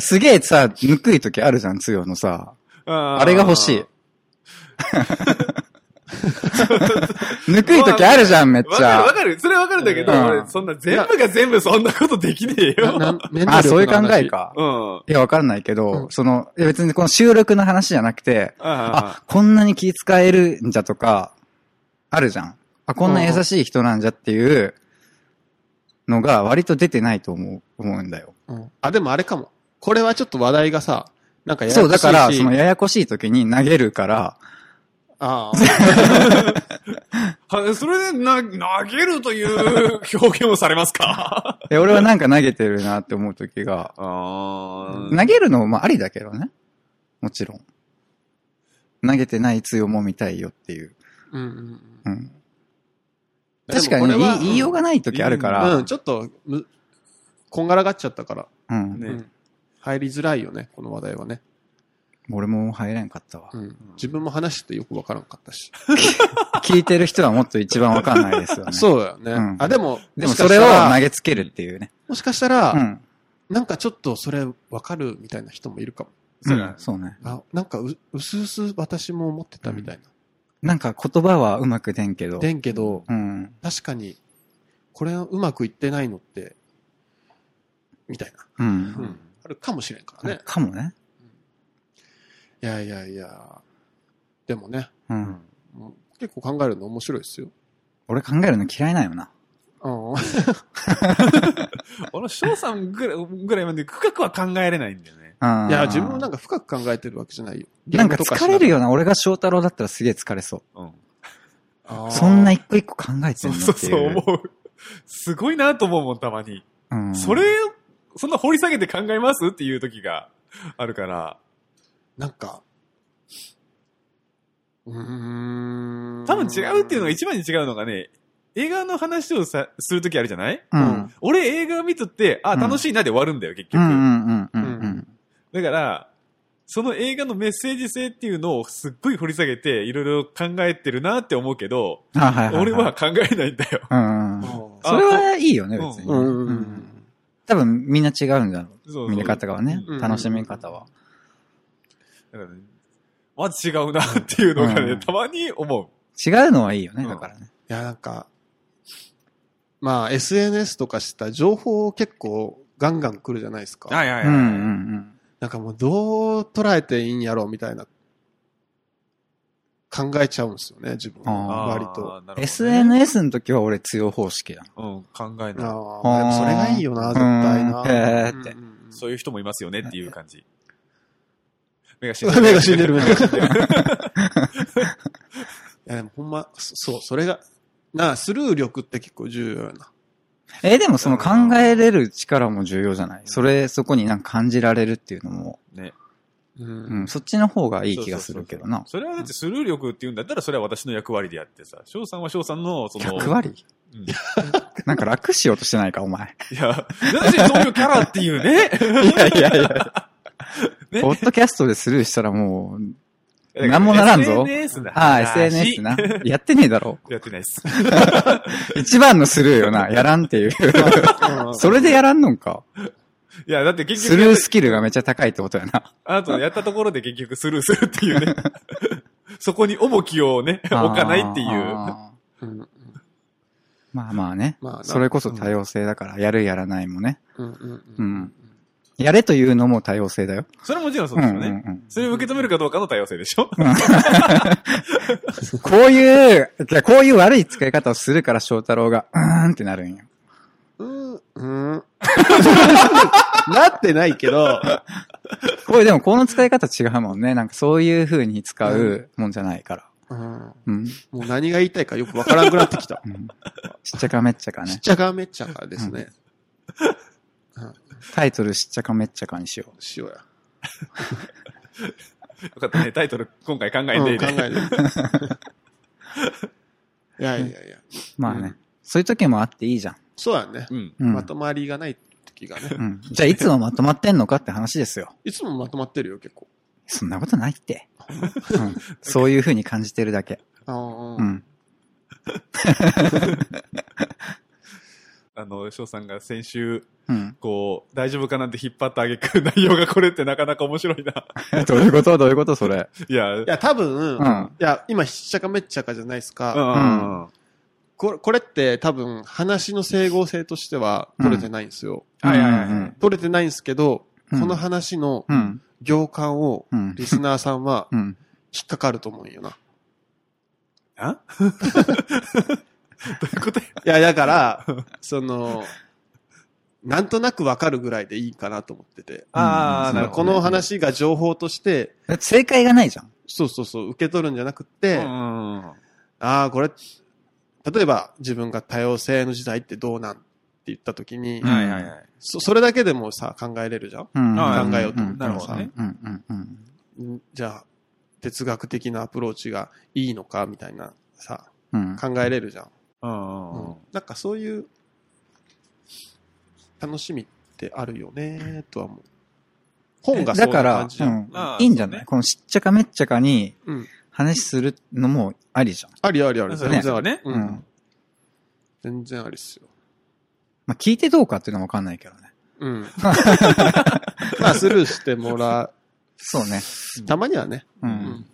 Speaker 2: すげえさ、ぬくい時あるじゃん、つよのさ。 (laughs)
Speaker 3: あー
Speaker 2: あれが欲し (laughs) い。ぬくい時あるじゃん、めっ
Speaker 3: わ
Speaker 2: ち
Speaker 3: かるわ
Speaker 2: ゃ。
Speaker 3: かる。それはわかるんだけど、
Speaker 2: うん
Speaker 3: 俺、そんな、全部が全部そんなことできねえ
Speaker 4: な
Speaker 3: よ。
Speaker 4: なん面倒
Speaker 2: あ、そういう
Speaker 4: 力の
Speaker 2: 考
Speaker 4: 話
Speaker 2: え。か。
Speaker 3: うん。
Speaker 2: いや、わかんないけど、
Speaker 4: うん
Speaker 2: その、いや別にこの収録の話じゃなくて、
Speaker 3: あ
Speaker 2: あ、こんなに気遣えるんじゃとか、あるじゃん。あ、こんな優しい人なんじゃっていうのが割と出てないと思う、思うんだよ。
Speaker 4: うんあ、でもあれかも。これはちょっと話題がさ、なんかやや
Speaker 2: そう、
Speaker 4: こしい
Speaker 2: だか
Speaker 4: し
Speaker 2: ら、そのややこしい時に投げるから、 (laughs)
Speaker 4: ああ。
Speaker 3: あ、はそれでな、投げるという表現をされますか
Speaker 2: え俺はなんか投げてるなって思う時が、
Speaker 3: あ
Speaker 2: 投げるのもありだけどね。もちろん。投げてない強も見たいよっていう。
Speaker 4: うんうんうん
Speaker 2: うん、
Speaker 4: でも
Speaker 2: 確か
Speaker 4: こ
Speaker 2: に
Speaker 4: れは
Speaker 2: 言い言いようがない時あるから、
Speaker 4: うん、ちょっと、む、こんがらがっちゃったから、
Speaker 2: うん
Speaker 3: ね
Speaker 4: うん入りづらいよね、この話題はね。
Speaker 2: 俺も入れんかったわ
Speaker 4: う。ん。自分も話してよくわからんかったし。
Speaker 2: 聞いてる人はもっと一番わかんないですよね。う。
Speaker 4: (laughs) そうだよね。
Speaker 2: うん
Speaker 4: あ、でも、
Speaker 2: でも
Speaker 4: しか
Speaker 2: そ
Speaker 4: した
Speaker 2: れを
Speaker 4: ら
Speaker 2: 投げつけるっていうね。
Speaker 4: もしかした
Speaker 2: う
Speaker 4: ら、
Speaker 2: ん。
Speaker 4: なんかちょっとそれわかるみたいな人もいるかも。
Speaker 3: そう
Speaker 2: う
Speaker 3: だね
Speaker 2: んそうね。
Speaker 4: あ、なんかう、うすうす私も思ってたみたいな。
Speaker 2: なんか言葉はうまく出んけど。
Speaker 4: でんけど、
Speaker 2: うん。
Speaker 4: 確かに、これはうまくいってないのって、みたいな。
Speaker 2: う
Speaker 3: ー
Speaker 2: ん。
Speaker 4: んあるかもしれんからね。
Speaker 2: かもね。
Speaker 4: いやいやいや。でもね、
Speaker 2: うん。
Speaker 4: うん結構考えるの面白いですよ。
Speaker 2: 俺考えるの嫌いなよな。
Speaker 4: うん。
Speaker 3: 俺、翔さんぐらいぐらいまで深くは考えれないんだよね。
Speaker 2: うん
Speaker 4: いや、自分もなんか深く考えてるわけじゃないよ。
Speaker 2: なんか疲れる
Speaker 4: よ。
Speaker 2: よな。俺が翔太郎だったらすげえ疲れそ
Speaker 3: うん。
Speaker 4: あー
Speaker 2: う。そんな一個一個考えて
Speaker 3: そ
Speaker 2: ん
Speaker 3: う
Speaker 2: の
Speaker 3: そう
Speaker 2: ってい
Speaker 3: そう、
Speaker 2: う。
Speaker 3: 思う。すごいなと思うもん、たまに。
Speaker 2: うん
Speaker 3: それ、そんな掘り下げて考えますっていう時があるから。
Speaker 4: なんか、うーん。
Speaker 3: 多分違うっていうのが一番に違うのがね、映画の話をさ、するときあるじゃない
Speaker 2: うん。
Speaker 3: 俺映画見とって、あ、
Speaker 2: うん
Speaker 3: 楽しいなで終わるんだよ、結
Speaker 2: う
Speaker 3: 局。
Speaker 2: んうんうんうんう。
Speaker 4: うん
Speaker 3: だから、その映画のメッセージ性っていうのをすっごい掘り下げて、いろいろ考えてるなって思うけど、
Speaker 2: あ、はいはいい。
Speaker 3: 俺は、考えないんだよ。
Speaker 2: うん。それはいいよね、別に。
Speaker 4: うん。うんう
Speaker 2: うんん多分みんな違うんだろ
Speaker 3: そう
Speaker 2: う。見方がね
Speaker 3: うん。
Speaker 4: ん
Speaker 2: 楽しみ方は。
Speaker 3: だからねまず違うなっていうのがね、
Speaker 2: うん
Speaker 3: たまに思う。
Speaker 2: 違うのはいいよね、
Speaker 3: うん
Speaker 2: だからね。
Speaker 4: いや、なんか、まあ、SNS とかした情報結構ガンガン来るじゃないですか。
Speaker 3: いは
Speaker 2: うんうん
Speaker 4: なんかもうどう捉えていいんやろうみたいな、考えちゃうんですよね、自分
Speaker 2: あ
Speaker 4: は。
Speaker 3: あー
Speaker 4: 割と。
Speaker 3: なるほど
Speaker 2: うん。
Speaker 3: ね
Speaker 2: SNS の時は俺強方式だ。
Speaker 3: うん、考え
Speaker 4: あ
Speaker 3: ない。
Speaker 4: ーでもそれがいいよな、絶対
Speaker 2: うんへ
Speaker 4: な。
Speaker 2: ーって
Speaker 4: うんうんうん
Speaker 3: そういう人もいますよねっていう感 (laughs) じ。目が死
Speaker 4: 目が死んでる。目が死んでる。
Speaker 3: る。 (laughs)
Speaker 4: いや、でもほんま、そそう、それが、なあ、スルー力って結構重要やな。
Speaker 2: え、でもその考えれる力も重要じゃないそれ、そこになんか感じられるっていうのも、
Speaker 3: ね。
Speaker 4: う。
Speaker 2: うんん、そっちの方がいい気がするけどな。
Speaker 3: それはだってスルー力っていうんだったら、それは私の役割でやってさ、翔さんは翔さんの、その、
Speaker 2: 役割
Speaker 3: うん
Speaker 2: なんか楽しようとしてないか、お前。
Speaker 3: いや、私そういうキャラって (laughs) いうね。
Speaker 2: いやいやいや。
Speaker 3: ね
Speaker 2: ポッドキャストでスルーしたらもう、なんもならんぞ
Speaker 3: (laughs) SNS だ。
Speaker 2: ああ、SNS な。やってねえだろ。
Speaker 3: やってないです。 (laughs)
Speaker 2: 一番のスルーよな。やらんっていう。それでやらんのんか。
Speaker 3: いや、だって結
Speaker 2: ス
Speaker 3: 局
Speaker 2: ルー、スキルがめちゃ高いってことやな。
Speaker 3: あとやったところで結局スルーするっていうね。 (laughs) そこに重きをね、 (laughs) 置かないっていう。
Speaker 2: あー。
Speaker 4: うん。
Speaker 2: まあまあね。
Speaker 4: まあな
Speaker 2: それこそ多様性だから、やるやらないもね。
Speaker 4: うん。うん
Speaker 2: う
Speaker 4: うんん。
Speaker 2: やれというのも多様性だよ。
Speaker 3: それはもちろんそうですよ
Speaker 2: ん
Speaker 3: ね。
Speaker 2: んうん
Speaker 3: それを受け止めるかどうかの多様性でしょ (laughs)
Speaker 2: こういう、いやこういう悪い使い方をするから翔太郎が、うーんってなるんよ。
Speaker 4: うん。うん。なってないけど、
Speaker 2: これでもこの使い方違うもんね。なんかそういう風に使うもんじゃないから。
Speaker 4: うん。
Speaker 2: うん。
Speaker 4: もう何が言いたいかよくわからんくなってきた
Speaker 2: う。んしっちゃかめっちゃか
Speaker 4: しっ
Speaker 2: ね。
Speaker 4: ちゃかめっちゃかですね。
Speaker 2: タイトルしっちゃかめっちゃかにしよ
Speaker 4: 塩や。
Speaker 3: よかったね。タイトル今回考え
Speaker 4: うん
Speaker 3: ていい
Speaker 4: 考
Speaker 3: ね。
Speaker 4: える。いやいやいや。
Speaker 2: う。まあね。
Speaker 4: うん
Speaker 2: そういう時もあっていいじゃん。
Speaker 4: そうやね
Speaker 3: う。ん。
Speaker 2: うん。
Speaker 4: まとまりがない時がね。
Speaker 2: うん。じゃあいつもまとまってんのかって話ですよ。
Speaker 4: いつもまとまってるよ、結構。
Speaker 2: そんなことないって。うん、そういう風に感じてるだけ。
Speaker 4: あ
Speaker 2: う
Speaker 4: あ。
Speaker 2: ん。
Speaker 3: あの、翔さんが先週、
Speaker 2: うん。
Speaker 3: こう、大丈夫かなんて引っ張ったあげく、内容がこれってなかなか面白いな。 (laughs)
Speaker 2: どういうことどういうことそれ。
Speaker 3: いや、うん
Speaker 4: い。や、多
Speaker 2: う
Speaker 4: 分、
Speaker 2: ん。
Speaker 4: いや、今、しっちゃかめっちゃかじゃないですか。
Speaker 3: うん
Speaker 4: これ、これって多分、話の整合性としては取れてないんですよ。
Speaker 3: はいはいはい
Speaker 2: うん
Speaker 4: 取れてないんですけど、
Speaker 2: うん
Speaker 4: この話の
Speaker 2: うん。
Speaker 4: 行間を、
Speaker 2: うん。
Speaker 4: リスナーさんは
Speaker 2: うん。
Speaker 4: 引っかかると思うんよな。
Speaker 3: あ (laughs) どういうことや
Speaker 4: いや、だから、 (laughs) その、なんとなくわかるぐらいでいいかなと思ってて。
Speaker 3: ああ、
Speaker 2: うん
Speaker 3: なる
Speaker 4: こ
Speaker 3: ほどね。
Speaker 4: の話が情報として、
Speaker 2: だって正解がないじゃん。
Speaker 4: そうそうそう、受け取るんじゃなくって、
Speaker 3: うん
Speaker 4: ああ、これ、例えば自分が多様性の時代ってどうなんって言った時に、
Speaker 2: うん
Speaker 3: はいはいはい。
Speaker 4: そそれだけでもさ、考えれるじゃん、
Speaker 2: うん
Speaker 3: あ
Speaker 4: 考えようと思
Speaker 3: ったらさ
Speaker 2: うんうんうん
Speaker 4: んじゃあ、哲学的なアプローチがいいのかみたいなさ、
Speaker 2: うん。
Speaker 4: 考えれるじゃん。
Speaker 3: うんうん
Speaker 4: う
Speaker 3: うん
Speaker 4: ん、なんかそういう、楽しみってあるよねとは思う。本がそ
Speaker 2: だ
Speaker 4: う
Speaker 2: か
Speaker 4: な
Speaker 2: ら
Speaker 4: 感じ、じ
Speaker 2: う
Speaker 4: ゃ
Speaker 2: ん
Speaker 4: ん。
Speaker 3: ああ
Speaker 2: いいんじゃ
Speaker 3: そう
Speaker 2: ない
Speaker 3: ね
Speaker 2: このしっちゃかめっちゃかに
Speaker 4: うん。
Speaker 2: 話するのもありじゃん。
Speaker 4: ありありあり。
Speaker 3: そう
Speaker 2: ね
Speaker 4: 全然あり。
Speaker 3: ね
Speaker 4: う
Speaker 2: うんん。
Speaker 4: 全然ありっすよ。
Speaker 2: まあ、聞いてどうかっていうのはわかんないけどね。
Speaker 4: うん。 (laughs) まあ、スルーしてもら
Speaker 2: そうね。
Speaker 4: う。たまにはね。
Speaker 2: う。。
Speaker 4: うん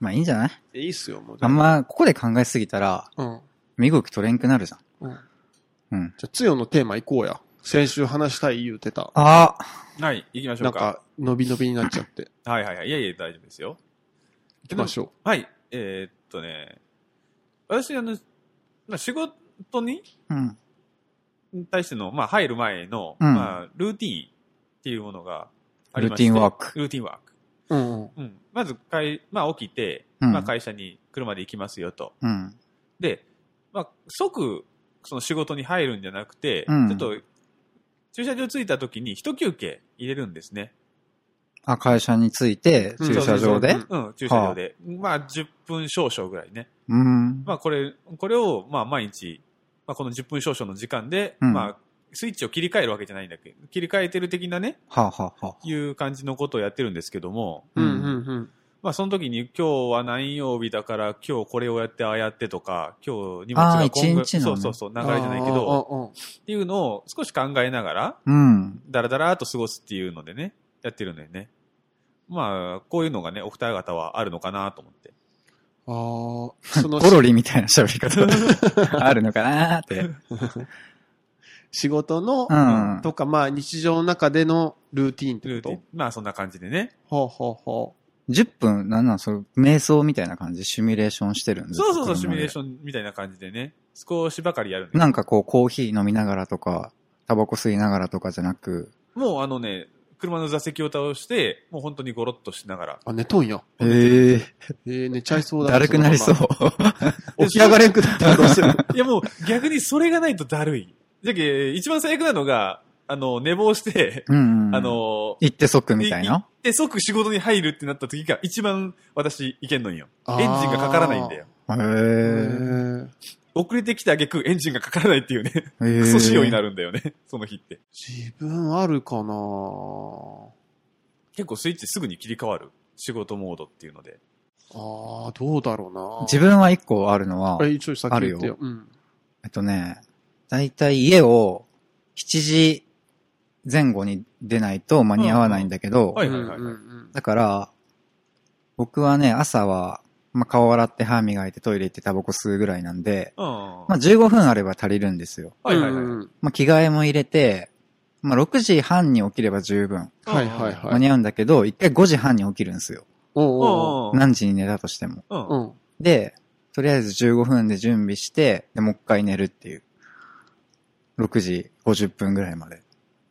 Speaker 2: まあいいんじゃない
Speaker 4: いいっすよ、もう。
Speaker 2: あん。ま、ここで考えすぎたら、
Speaker 4: うん。
Speaker 2: 身動き取れんくなるじゃん。
Speaker 4: うん
Speaker 2: うん。
Speaker 4: じゃあ、つよのテーマ行こうや。先週話したい言うてた。
Speaker 2: あ
Speaker 3: はい、行きましょ
Speaker 4: なん
Speaker 3: うか。
Speaker 4: か、伸び伸びになっちゃって。
Speaker 3: はいはいはい。いやいや、大丈夫ですよ。
Speaker 4: 行きましょ
Speaker 3: はい。えーっとね、私、あの、まあ仕事に
Speaker 2: うん。
Speaker 3: 対しての、まあ、入る前の、
Speaker 2: うん
Speaker 3: まあ、ルーティーンっていうものがあり
Speaker 2: ル
Speaker 3: ま
Speaker 2: ー
Speaker 3: して
Speaker 2: ティンワーク。
Speaker 3: ルーティンワーク。
Speaker 4: う。うんうん。
Speaker 3: うん。まず、かいまあ、起きて、
Speaker 2: うん
Speaker 3: まあ、会社に車で行きますよと。
Speaker 2: うん。
Speaker 3: で、まあ、即、その仕事に入るんじゃなくて、
Speaker 2: うん
Speaker 3: ちょっと、駐車場着いた時に一休憩入れるんですね。
Speaker 2: あ、会社に着いて、
Speaker 4: うん
Speaker 2: 駐車場で
Speaker 4: そうそう
Speaker 3: うん、駐車場で。まあ、10分少々ぐらいね。
Speaker 2: うん。
Speaker 3: まあ、これ、これを、まあ、毎日、まあ、この10分少々の時間で、
Speaker 2: うん
Speaker 3: まあ、スイッチを切り替えるわけじゃないんだけど、切り替えてる的なね、
Speaker 2: はあ、はあはあ、
Speaker 3: いう感じのことをやってるんですけども、
Speaker 4: うんうん
Speaker 3: まあ、その時に今日は何曜日だから、今日これをやって、ああやってとか、今日荷物
Speaker 2: あ
Speaker 3: が
Speaker 2: ー
Speaker 3: こんぐ
Speaker 2: 一日
Speaker 3: そ
Speaker 2: の
Speaker 3: う
Speaker 2: ね
Speaker 3: そうそう、
Speaker 4: う
Speaker 3: 流
Speaker 4: ん。
Speaker 3: れじゃないけど、
Speaker 4: ど。
Speaker 3: っていうのを少し考えながら、
Speaker 2: うん。
Speaker 3: だらだらーっと過ごすっていうのでね、やってるんだよね。まあ、こういうのがね、お二方はあるのかなと思って。
Speaker 4: ああ、 (laughs) その
Speaker 2: コロリみたいな喋り方あるのかなーって。
Speaker 4: 仕事の
Speaker 2: う、ん。
Speaker 4: とか、まあ日常の中でのルーティーンっ
Speaker 3: ルーテ
Speaker 4: て
Speaker 3: ィ
Speaker 4: こ
Speaker 3: ン。まあ、そんな感じでね。
Speaker 4: とほうほうほ
Speaker 2: 10分、なんなん、その、瞑想みたいな感じでシミュレーションしてるんです
Speaker 3: そうそうそう、シミュレー
Speaker 2: ョ
Speaker 3: ションみたいな感じでね、少しばかりやるんで
Speaker 2: なんかこう、コーヒー飲みながらとか、タバコ吸いながらとかじゃなく、
Speaker 3: もうあのね、車の座席を倒して、もう本当にゴロっとしながら。
Speaker 4: う。あ、寝とんや。
Speaker 2: ええ
Speaker 4: ええ、寝ちゃいそうだ。
Speaker 2: だるくなりそう
Speaker 4: の。まま起き上がれんくなったらどうする
Speaker 3: いやもう逆にそれがないとだるい。じゃけ、一番最悪なのが、あの、寝坊して、
Speaker 2: うん。
Speaker 3: (laughs) あ、の、
Speaker 2: 行って即みたいな。
Speaker 3: って即仕事に入るってなった時が一番私いけんのんよ。エ
Speaker 4: あ
Speaker 3: ン
Speaker 4: ー
Speaker 3: ジンがかからないんだよ。
Speaker 2: へ
Speaker 4: へ
Speaker 2: え。
Speaker 4: ー
Speaker 3: 遅れてきた挙句エンジンがかからないっていうね、
Speaker 2: ク
Speaker 3: (laughs) クソ仕様にな
Speaker 2: る。
Speaker 3: るんだよね、その日って。
Speaker 4: 自分あるかな
Speaker 3: 結構スイッチすぐに切り替わる。仕事モードっていうので。
Speaker 4: ああ、どうだろうな
Speaker 2: 自分は一個あるのは、
Speaker 4: あ一応先言って
Speaker 2: あるよ
Speaker 4: よ。うん。
Speaker 2: えっとね、だいたい家を7時前後に出ないと間に合わないんだけど、
Speaker 3: はいはいはいはい
Speaker 4: うんうんうん
Speaker 2: だから、僕はね、朝は、まあ、顔洗って歯磨いてトイレ行ってタバコ吸うぐらいなんで、
Speaker 3: うん。
Speaker 2: まあ、15分あれば足りるんですよ。
Speaker 3: はいはいはい。
Speaker 4: うん
Speaker 2: まあ、着替えも入れて、まあ、6時半に起きれば十分
Speaker 4: はいはいはい。
Speaker 2: 間に合うんだけど、一回5時半に起きるんですよ。
Speaker 4: おうおう
Speaker 3: うん。
Speaker 2: 何時に寝たとしても。
Speaker 3: うん
Speaker 4: おう。うん。
Speaker 2: で、とりあえず15分で準備して、で、もう一回寝るっていう。6時50分ぐらいまで。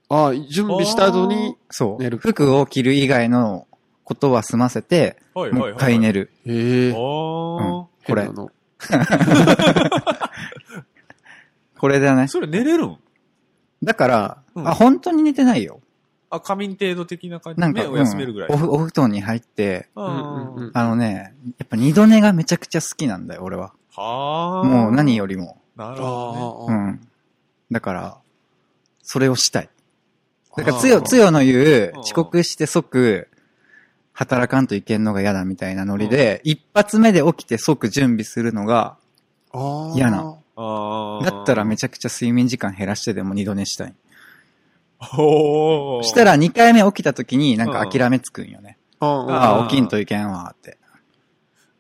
Speaker 4: ああ、準備した後に、
Speaker 2: そう。
Speaker 4: 寝る
Speaker 2: 服を着る以外のことは済ませて、
Speaker 3: はい
Speaker 2: もう一回寝
Speaker 3: る。
Speaker 2: る。
Speaker 4: ええ
Speaker 3: あー
Speaker 2: これ
Speaker 4: 変な、の
Speaker 2: これだね。
Speaker 3: それ寝れるん
Speaker 2: だから、
Speaker 3: うん
Speaker 2: あ、本当に寝てないよ。
Speaker 3: あ、仮眠程度的な感じ
Speaker 2: な
Speaker 3: で
Speaker 2: んか、
Speaker 3: 目を休めるぐらい。
Speaker 2: うんおふお布団に入って、
Speaker 3: う
Speaker 4: うんうんうんん。
Speaker 2: あのね、やっぱ二度寝がめちゃくちゃ好きなんだよ、俺は。
Speaker 3: はあ。
Speaker 2: もう何よりも。
Speaker 3: なるほどね。
Speaker 4: あ
Speaker 2: う
Speaker 4: あ、
Speaker 2: ん。だから、それをしたい。だから、
Speaker 4: あー
Speaker 2: つよ、つよの言う
Speaker 3: うん、
Speaker 2: 遅刻して即、働かんといけんのが嫌だみたいなノリで、一発目で起きて即準備するのが、
Speaker 4: ああ。
Speaker 2: 嫌な。
Speaker 3: ああ。
Speaker 2: だったらめちゃくちゃ睡眠時間減らしてでも二度寝したい。
Speaker 3: おー
Speaker 2: したら二回目起きた時になんか
Speaker 3: うん
Speaker 2: 諦めつくんよね。
Speaker 4: ああ、
Speaker 2: あ
Speaker 3: うん
Speaker 2: あ、起きんといけんわって。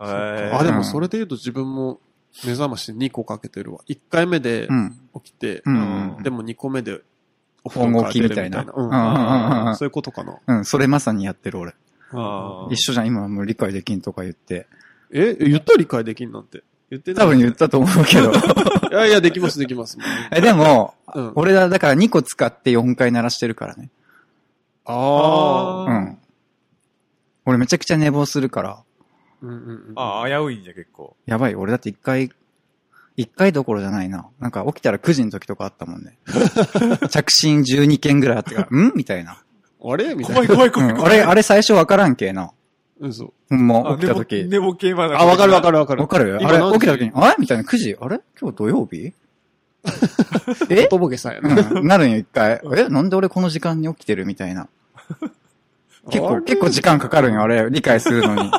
Speaker 3: えー
Speaker 4: あでもそれで言うと自分も目覚まし2個かけてるわ。1回目で
Speaker 2: うん。
Speaker 4: 起きて
Speaker 2: う、ん。
Speaker 4: でも2個目でお
Speaker 2: 本
Speaker 4: 布団
Speaker 2: 合
Speaker 4: から
Speaker 2: 機
Speaker 4: 出
Speaker 2: み
Speaker 4: る
Speaker 2: たいな。う
Speaker 4: う
Speaker 2: うんん
Speaker 4: ん
Speaker 2: うんうん
Speaker 4: そういうことかな。
Speaker 2: うん。それまさにやってる俺。
Speaker 3: あー
Speaker 2: 一緒じゃん、今はもう理解できんとか言って。
Speaker 4: え、言ったら理解できんなんて。言ってない
Speaker 2: 多分言ったと思うけ (laughs) ど。
Speaker 4: いやいや、できます、できます。
Speaker 2: え、でも、
Speaker 4: うん
Speaker 2: 俺らだから2個使って4回鳴らしてるからね。
Speaker 4: あ
Speaker 2: う
Speaker 4: あ。
Speaker 3: うん
Speaker 2: ん。俺めちゃくちゃ寝坊するから、
Speaker 4: うんうんうん
Speaker 3: ああ、危ういんじゃ結構。
Speaker 2: やばい、俺だって1回、1回どころじゃないな。なんか起きたら9時の時とかあったもん
Speaker 4: (laughs)
Speaker 2: ね。着信12件ぐらいあってから、んみたいな。
Speaker 4: あれみた
Speaker 3: 怖い
Speaker 4: いな。
Speaker 3: 怖い怖
Speaker 2: う
Speaker 3: い
Speaker 2: ん、
Speaker 3: 怖
Speaker 2: あ
Speaker 3: い。
Speaker 2: れ、あれ最初わからんけえな。
Speaker 4: 嘘。
Speaker 2: ほんま、
Speaker 3: あ、
Speaker 2: 起きた時。
Speaker 3: 寝ぼけまだ。
Speaker 4: あ、わかるわか
Speaker 3: る。
Speaker 4: るわかる。
Speaker 2: わかる
Speaker 4: 今
Speaker 2: あれ
Speaker 4: 何、時
Speaker 2: 起きた時に、あれみたいな、9時あれ今日土曜
Speaker 4: (laughs)
Speaker 2: 日え
Speaker 4: とぼけさやな。
Speaker 2: うん、なるんよ、一回。えなんで俺この時間に起きてるみたいな。結
Speaker 4: あ
Speaker 2: 構、
Speaker 4: れ
Speaker 2: 結構時間かかるんよ、あれ、理解するの
Speaker 4: (laughs)
Speaker 2: に。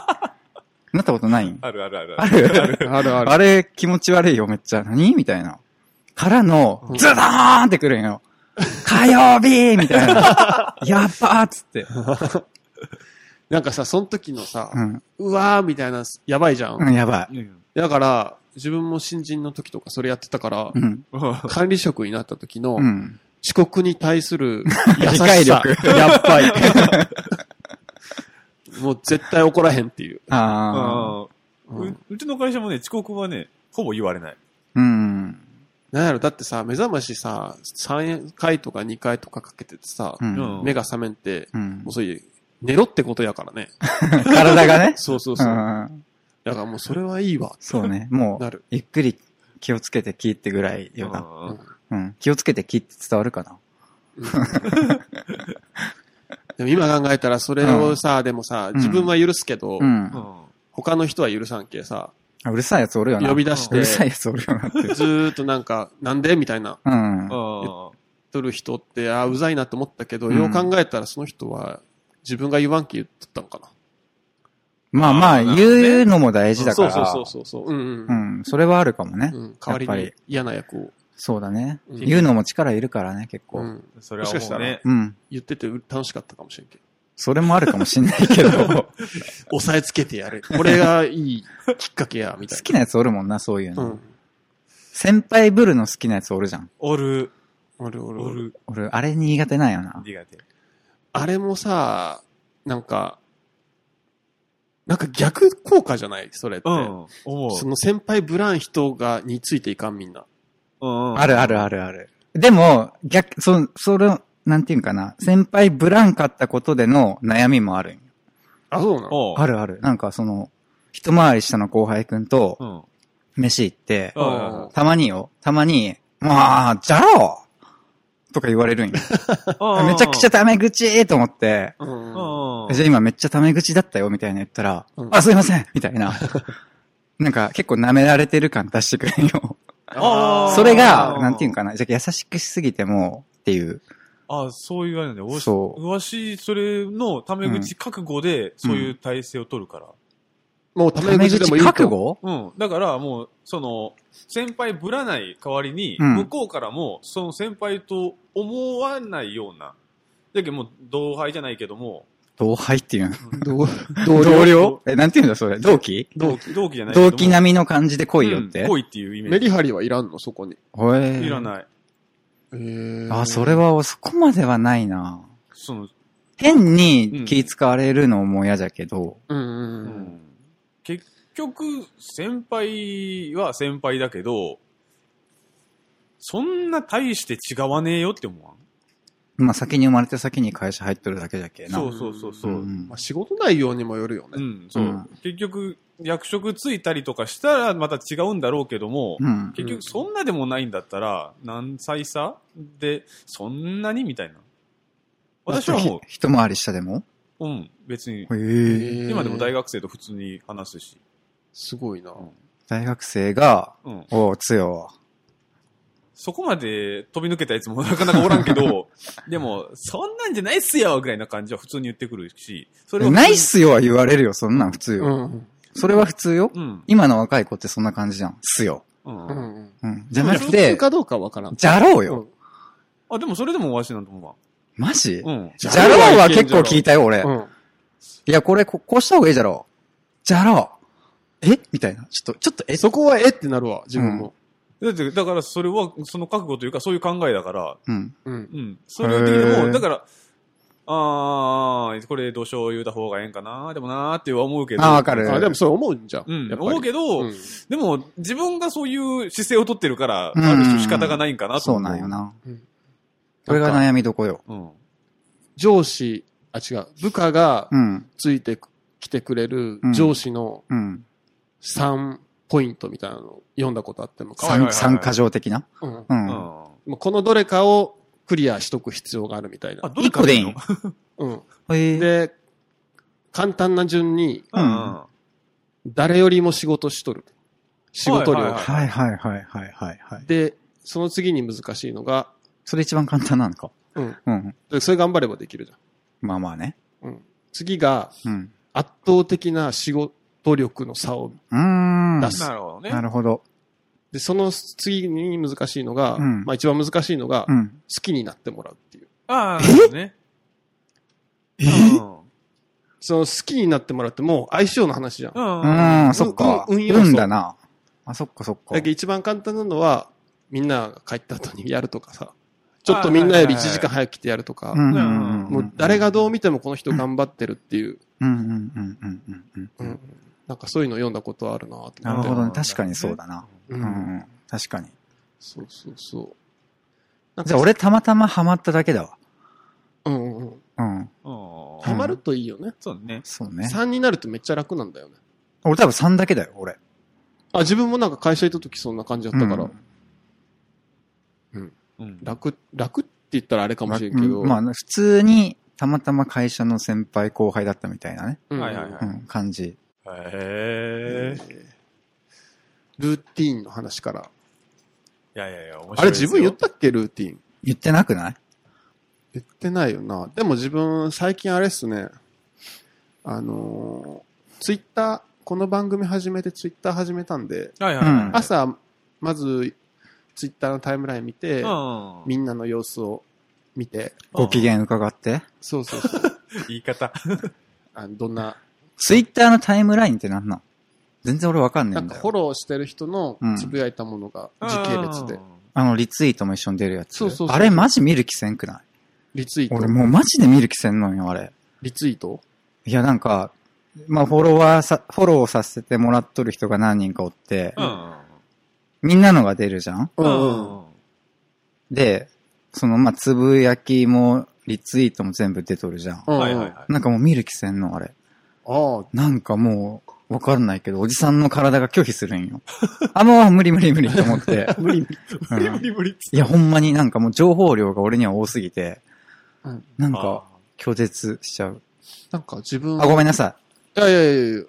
Speaker 2: なったことないん
Speaker 3: あるあるある。
Speaker 2: ある
Speaker 4: あるある。
Speaker 2: あれ、気持ち悪いよ、めっちゃ。何みたいな。からの、ズドーンってくるんよ。火曜日みたい
Speaker 4: (laughs)
Speaker 2: な。やっばーっつって。
Speaker 4: なんかさ、その時のさ
Speaker 2: う、ん。
Speaker 4: うわーみたいな、やばいじゃ。
Speaker 2: うんん、やばい。
Speaker 3: うん
Speaker 4: だから、自分も新人の時とかそれやってたから
Speaker 2: う、ん。
Speaker 4: 管理職になった時の
Speaker 2: うん。
Speaker 4: 遅刻に対する優
Speaker 2: (laughs) 理
Speaker 4: し
Speaker 2: 解
Speaker 4: さ
Speaker 2: 力、
Speaker 4: やっぱり。もう絶対怒らへんっていう。
Speaker 2: (laughs) ああ。
Speaker 3: あー
Speaker 4: う
Speaker 3: うんうちの会社もね、遅刻はね、ほぼ言われない。
Speaker 2: うん。
Speaker 4: なんやろ、だってさ、目覚ましさ、3回とか2回とかかけててさ
Speaker 2: う、ん。
Speaker 4: 目が覚めんって、
Speaker 2: うん
Speaker 4: もう。そういう、寝ろってことやから
Speaker 2: (laughs)
Speaker 4: ね。
Speaker 2: 体がね。
Speaker 4: そうそう
Speaker 2: う
Speaker 4: そう。
Speaker 2: ん。
Speaker 4: だからもうそれはいいわ。
Speaker 2: そうね。も
Speaker 4: な
Speaker 2: う
Speaker 4: る、
Speaker 2: ゆっくり気をつけて聞いてぐらいよな。
Speaker 3: うん
Speaker 2: うん。気をつけて聞いて伝わるかな。
Speaker 4: でも今考えたらそれをさ、でもさ、
Speaker 2: ん
Speaker 4: 自分は許すけど、
Speaker 2: うん
Speaker 3: う。ん
Speaker 4: 他の人は許さんけさ、
Speaker 2: あうるさいやつおるよな。
Speaker 4: 呼び出し
Speaker 2: う
Speaker 4: て、
Speaker 2: るさい
Speaker 4: ず
Speaker 2: やつおるよなって。
Speaker 4: ーっとなんか、なんでみたいな、
Speaker 2: うん。
Speaker 3: うん
Speaker 4: とる人って、ああ、うざいなって思ったけど、
Speaker 2: うん
Speaker 4: よう考えたらその人は、自分が言わんけ言っとったのかな。
Speaker 2: まあま
Speaker 3: あーなる
Speaker 2: あ、
Speaker 3: ほどね
Speaker 2: 言うのも大事だから。
Speaker 4: そうそうそうそう。うんう。
Speaker 2: うんん。それはあるかもね。
Speaker 4: うん、代わ
Speaker 2: やっ
Speaker 4: り
Speaker 2: ぱ
Speaker 4: に
Speaker 2: り
Speaker 4: 嫌な役を。
Speaker 2: そうだね。
Speaker 4: うん
Speaker 2: 言うのも力いるからね、結
Speaker 4: う
Speaker 2: 構。
Speaker 4: ん。
Speaker 3: それは
Speaker 4: もしかし
Speaker 3: も
Speaker 4: た
Speaker 3: う
Speaker 4: ら
Speaker 3: ね。
Speaker 2: うん。
Speaker 4: 言ってて楽しかったかもしれんけど。
Speaker 2: それもあるかもしんないけど、好
Speaker 4: 抑えつけてやる。これがいいきっかけや、みたい
Speaker 2: きなやつおるもんな、そういう
Speaker 4: な。う
Speaker 2: の
Speaker 4: ん。。
Speaker 2: 先輩ブルの好きなやつおるじゃん。
Speaker 3: おる、
Speaker 4: おるおる
Speaker 3: お
Speaker 4: おる。
Speaker 3: る、
Speaker 2: 俺、あれ苦手なんよな。
Speaker 3: 苦手。
Speaker 4: あれもさ、なんか、なんか逆効果じゃないそれって。
Speaker 3: うん。思う。
Speaker 4: その先輩ブラン人が、についていかんみんな。
Speaker 3: うんうん
Speaker 2: あるあるあるある。でも、逆、そ、それ、なんていうんかな。先輩ブランかったことでの悩みもあるんよ
Speaker 4: あ、そうなの
Speaker 3: おう
Speaker 2: あるある。なんかその、一回り下の後輩くんと
Speaker 3: う、ん。
Speaker 2: 飯行って
Speaker 3: う、ん
Speaker 2: たまによ、たまに、まあ、じゃろうとか言われるんよ。
Speaker 3: あー
Speaker 2: めちゃくちゃ。タメ口と思って、
Speaker 4: うん
Speaker 3: あ
Speaker 2: じゃあ今めっちゃタメ口だったよみたいな言ったら、
Speaker 4: うん
Speaker 2: あ、すいませんみたい
Speaker 3: (laughs)
Speaker 2: な。なんか結構舐められてる感出してくれんよ。
Speaker 3: あー
Speaker 2: それが、なんていうんかな、じゃあ優しくしすぎてもっていう。
Speaker 3: あ、そういうあれなんだよ。わし
Speaker 2: そう
Speaker 3: わし、それのタメ口覚悟で、そういう体制を取るから。
Speaker 4: もうタ
Speaker 2: タ
Speaker 4: メ
Speaker 2: メ
Speaker 4: 口で
Speaker 2: 口
Speaker 4: もいいと
Speaker 2: 覚悟
Speaker 3: うん。だから、もう、その、先輩ぶらない代わりに、
Speaker 2: うん
Speaker 3: 向こうからも、その先輩と思わないような。だけどもう、同輩じゃないけども、
Speaker 2: 同輩っていうの。
Speaker 4: 同同
Speaker 2: 同
Speaker 4: 僚
Speaker 2: 僚え、なんていうんだそれ。同期
Speaker 3: 同期、同期じゃないけども。
Speaker 2: 同期並みの感じで来いよって。
Speaker 3: うん、来いっていうイメ
Speaker 4: メ
Speaker 3: ージ。
Speaker 4: リハリはいらんのそこに。
Speaker 2: ほえ
Speaker 3: いらない。
Speaker 2: あ、それ。は、そこまではないな。
Speaker 3: その、
Speaker 2: 変に気使われるのも嫌じゃけど、
Speaker 4: うん
Speaker 3: う
Speaker 4: うんん
Speaker 3: 結局、先輩は先輩だけど、そんな大して違わねえよって思わん
Speaker 2: まあ先に生まれて先に会社入っとるだけじゃけな。
Speaker 3: そうそうそうそうう。
Speaker 2: ん
Speaker 4: うん。まあ仕事内容にもよるよ
Speaker 3: う
Speaker 4: ね。
Speaker 3: ん、そう。
Speaker 2: うん
Speaker 3: 結局、役職ついたりとかしたらまた違うんだろうけども、
Speaker 2: うん。
Speaker 3: 結局そんなでもないんだったら、何歳差で、そんなにみたいな。私はも
Speaker 2: ひ一回り下でも
Speaker 3: う、うん、別
Speaker 2: へえ
Speaker 3: に、
Speaker 4: へー
Speaker 3: 今でも大学生と普通に話すし。
Speaker 4: すごいな。
Speaker 2: 大学生が、
Speaker 3: うん。
Speaker 2: おう、つよ。
Speaker 3: そこまで飛び抜けたやつもなかなかおらんけ
Speaker 2: (laughs)
Speaker 3: ど、でも、そんなんじゃないっすよぐらいな感じは普通に言ってくるし、そ
Speaker 2: え
Speaker 3: を
Speaker 2: ないっすよは言われるよ、そんなん普通よ。
Speaker 4: うん。
Speaker 2: それは普通よ。
Speaker 3: うん。
Speaker 2: 今の若い子ってそんな感じじゃん。すよ。
Speaker 3: うん。
Speaker 4: うんうん。
Speaker 2: うん。じゃなく
Speaker 4: 普通
Speaker 2: て、
Speaker 4: かどうかわからん。
Speaker 2: じゃろうよ。
Speaker 3: あ、でもそれでもわしなんと思うわ。
Speaker 2: マジ
Speaker 3: うん。
Speaker 2: じゃろうは結構聞いたよ、俺。
Speaker 4: うん。うん。
Speaker 2: いや、これこ、こうした方がいいじゃろう。じゃろう。えみたいな。ちょっと、ちょっと、え
Speaker 4: そこはえってなるわ、自分も。
Speaker 3: だって、だからそれは、その覚悟というか、そういう考えだから、
Speaker 2: うん。
Speaker 4: うん。
Speaker 3: うん。それで
Speaker 2: へー
Speaker 3: も、だから、あー、これ、どうしよう言うた方がええんかな、でもなーっては思うけど。
Speaker 2: あわかる
Speaker 4: あ、でもそう思うんじゃん。
Speaker 3: うん
Speaker 4: やっ。ぱり
Speaker 3: 思うけど、
Speaker 4: うん
Speaker 3: でも、自分がそういう姿勢を取ってるから、
Speaker 2: うん
Speaker 3: ある種仕方がないんかなと
Speaker 2: そ
Speaker 3: 思
Speaker 2: うなんよ。な。こ
Speaker 4: こ
Speaker 2: れ
Speaker 4: れ
Speaker 2: が
Speaker 4: がね、
Speaker 2: 悩みどこよ。
Speaker 3: うん。
Speaker 4: 上司、あ、違う、部下が
Speaker 2: うん。
Speaker 4: ついてきてくれる
Speaker 2: うん
Speaker 4: 上司の
Speaker 2: うん。
Speaker 4: 3ポイントみたいなのを読んだことあっても、
Speaker 3: はいはいは
Speaker 2: 参
Speaker 3: い
Speaker 2: 参加状的な。
Speaker 4: うん
Speaker 2: う
Speaker 3: うん。
Speaker 2: ん。
Speaker 4: もうこのどれかをクリアしとく必要があるみたい
Speaker 3: あ、
Speaker 4: な。
Speaker 3: ど
Speaker 2: 一個でいい
Speaker 3: の
Speaker 2: の
Speaker 4: うん。
Speaker 2: へえ。
Speaker 4: で、簡単な順に、
Speaker 3: う。
Speaker 2: うんん
Speaker 3: あ
Speaker 4: 誰よりも仕事しとる。仕事量が。
Speaker 3: はいはい
Speaker 2: はいはいはいはいはいはい。
Speaker 4: で、その次に難しいのが、
Speaker 2: それ一番簡単なのか。
Speaker 4: うん。
Speaker 2: うん。
Speaker 4: でそれ頑張ればできるじ
Speaker 2: まあまあね。
Speaker 4: ゃん。うん。次が、
Speaker 2: うん。
Speaker 4: 圧倒的な仕事力の差を。
Speaker 2: うーん。
Speaker 4: 出す
Speaker 3: なるほどね。
Speaker 2: なるほど。
Speaker 4: で、その次に難しいのが、
Speaker 2: うん
Speaker 4: まあ一番難しいのが、
Speaker 2: う
Speaker 4: 好
Speaker 2: ん。
Speaker 4: きになってもらうっていう。
Speaker 3: ああ、なるほどね。え
Speaker 4: その好きになってもらうってもう相性の話じゃん。
Speaker 3: う
Speaker 4: だ
Speaker 3: ん。
Speaker 2: う
Speaker 3: うん
Speaker 2: ーん、そっか。
Speaker 4: 運運要素
Speaker 2: 運だな。あ、そっかそっか
Speaker 4: け。ど一番簡単なのは、みんなが帰った後にやるとかさ、ちょっとみんなより1時間早く来てやるとか、
Speaker 2: うんうんうん。
Speaker 4: もう誰がど
Speaker 2: う
Speaker 4: う見てもこの人頑張ってるっていう、
Speaker 2: んうんうんうんうんうん
Speaker 4: う
Speaker 2: うんん。
Speaker 4: なんかそういうの読んだことあるなと
Speaker 2: なる
Speaker 4: 思って。
Speaker 2: ほどね。確かにそうだな。
Speaker 4: う
Speaker 2: うんんうん。確かに。
Speaker 4: そうそうそう。なんか
Speaker 2: じゃあ、俺たまたまハマっただけだわ。
Speaker 4: うんうんうん。
Speaker 2: うん。
Speaker 3: うん。
Speaker 4: ハマるといいよね。
Speaker 3: そうね。
Speaker 2: そうね。
Speaker 4: 3になるとめっちゃ楽なんだよね。
Speaker 2: 俺多分3だけだよ、俺。
Speaker 4: あ、自分もなんか会社行った時そんな感じだったから、
Speaker 2: うん
Speaker 3: うん。
Speaker 4: 楽、楽って言ったらあれかも
Speaker 2: ま
Speaker 4: しれんけど。
Speaker 2: うんまあ、普通に、たまたま会社の先輩後輩だったみたいなね。
Speaker 4: うん
Speaker 3: はいはいは
Speaker 2: う
Speaker 3: い
Speaker 2: ん、感じ。
Speaker 3: へえ。
Speaker 4: ルーティーンの話から。
Speaker 3: いやいやいや、面白いですよ。
Speaker 4: あれ自分言ったっけルーティーン。
Speaker 2: 言ってなくない
Speaker 4: 言ってないよな。でも自分、最近あれっすね。あのーツイッター、この番組始めてツイッター始めたんで、
Speaker 3: はいはいはい。
Speaker 2: うん
Speaker 4: 朝、まず、ツイッターのタイムライン見て、
Speaker 3: うん、
Speaker 4: みんなの様子を見て、
Speaker 2: ご機嫌伺って。
Speaker 4: そうそうそう。
Speaker 3: 言い方。
Speaker 4: (laughs) あのどんな、
Speaker 2: ツイッターのタイムラインってなんなん全然俺わかんね
Speaker 4: な
Speaker 2: えん
Speaker 4: ん
Speaker 2: だ
Speaker 4: か
Speaker 2: よ。
Speaker 4: フォローしてる人の
Speaker 2: うん
Speaker 4: つぶやいたものが時系列で、
Speaker 2: あの、リツイートも一緒に出るやつ。
Speaker 4: そうそうそう
Speaker 2: あれマジ見る気せんくない
Speaker 4: リツイート
Speaker 2: 俺、もうマジで見る気せんのよ、あれ。
Speaker 4: リツイート
Speaker 2: いや、なんか、まあ、フォロワーさ、フォローさせてもらっとる人が何人かおって、
Speaker 3: うん。
Speaker 2: みんなのが出るじゃん
Speaker 4: う
Speaker 3: うん
Speaker 4: うん。
Speaker 3: ん。
Speaker 2: で、その、まあ、つぶやきも、リツイートも全部出とるじゃん。
Speaker 4: うん
Speaker 3: はいはいはい。
Speaker 2: なんかもう見る気せんの、あれ。
Speaker 4: ああ、
Speaker 2: なんかもう、わかんないけど、おじさんの体が拒否する
Speaker 4: (laughs)
Speaker 2: んよ。あ、もう無理無理無理と思って。
Speaker 4: 無理
Speaker 2: うん
Speaker 3: 無理無理っつって
Speaker 2: いや、ほんまになんかもう情報量が俺には多すぎて、
Speaker 4: うん
Speaker 2: なんか拒絶しちゃう。
Speaker 4: なんか自分、
Speaker 2: あ、ごめんなさ
Speaker 4: いやいやいやい
Speaker 2: (laughs)
Speaker 4: や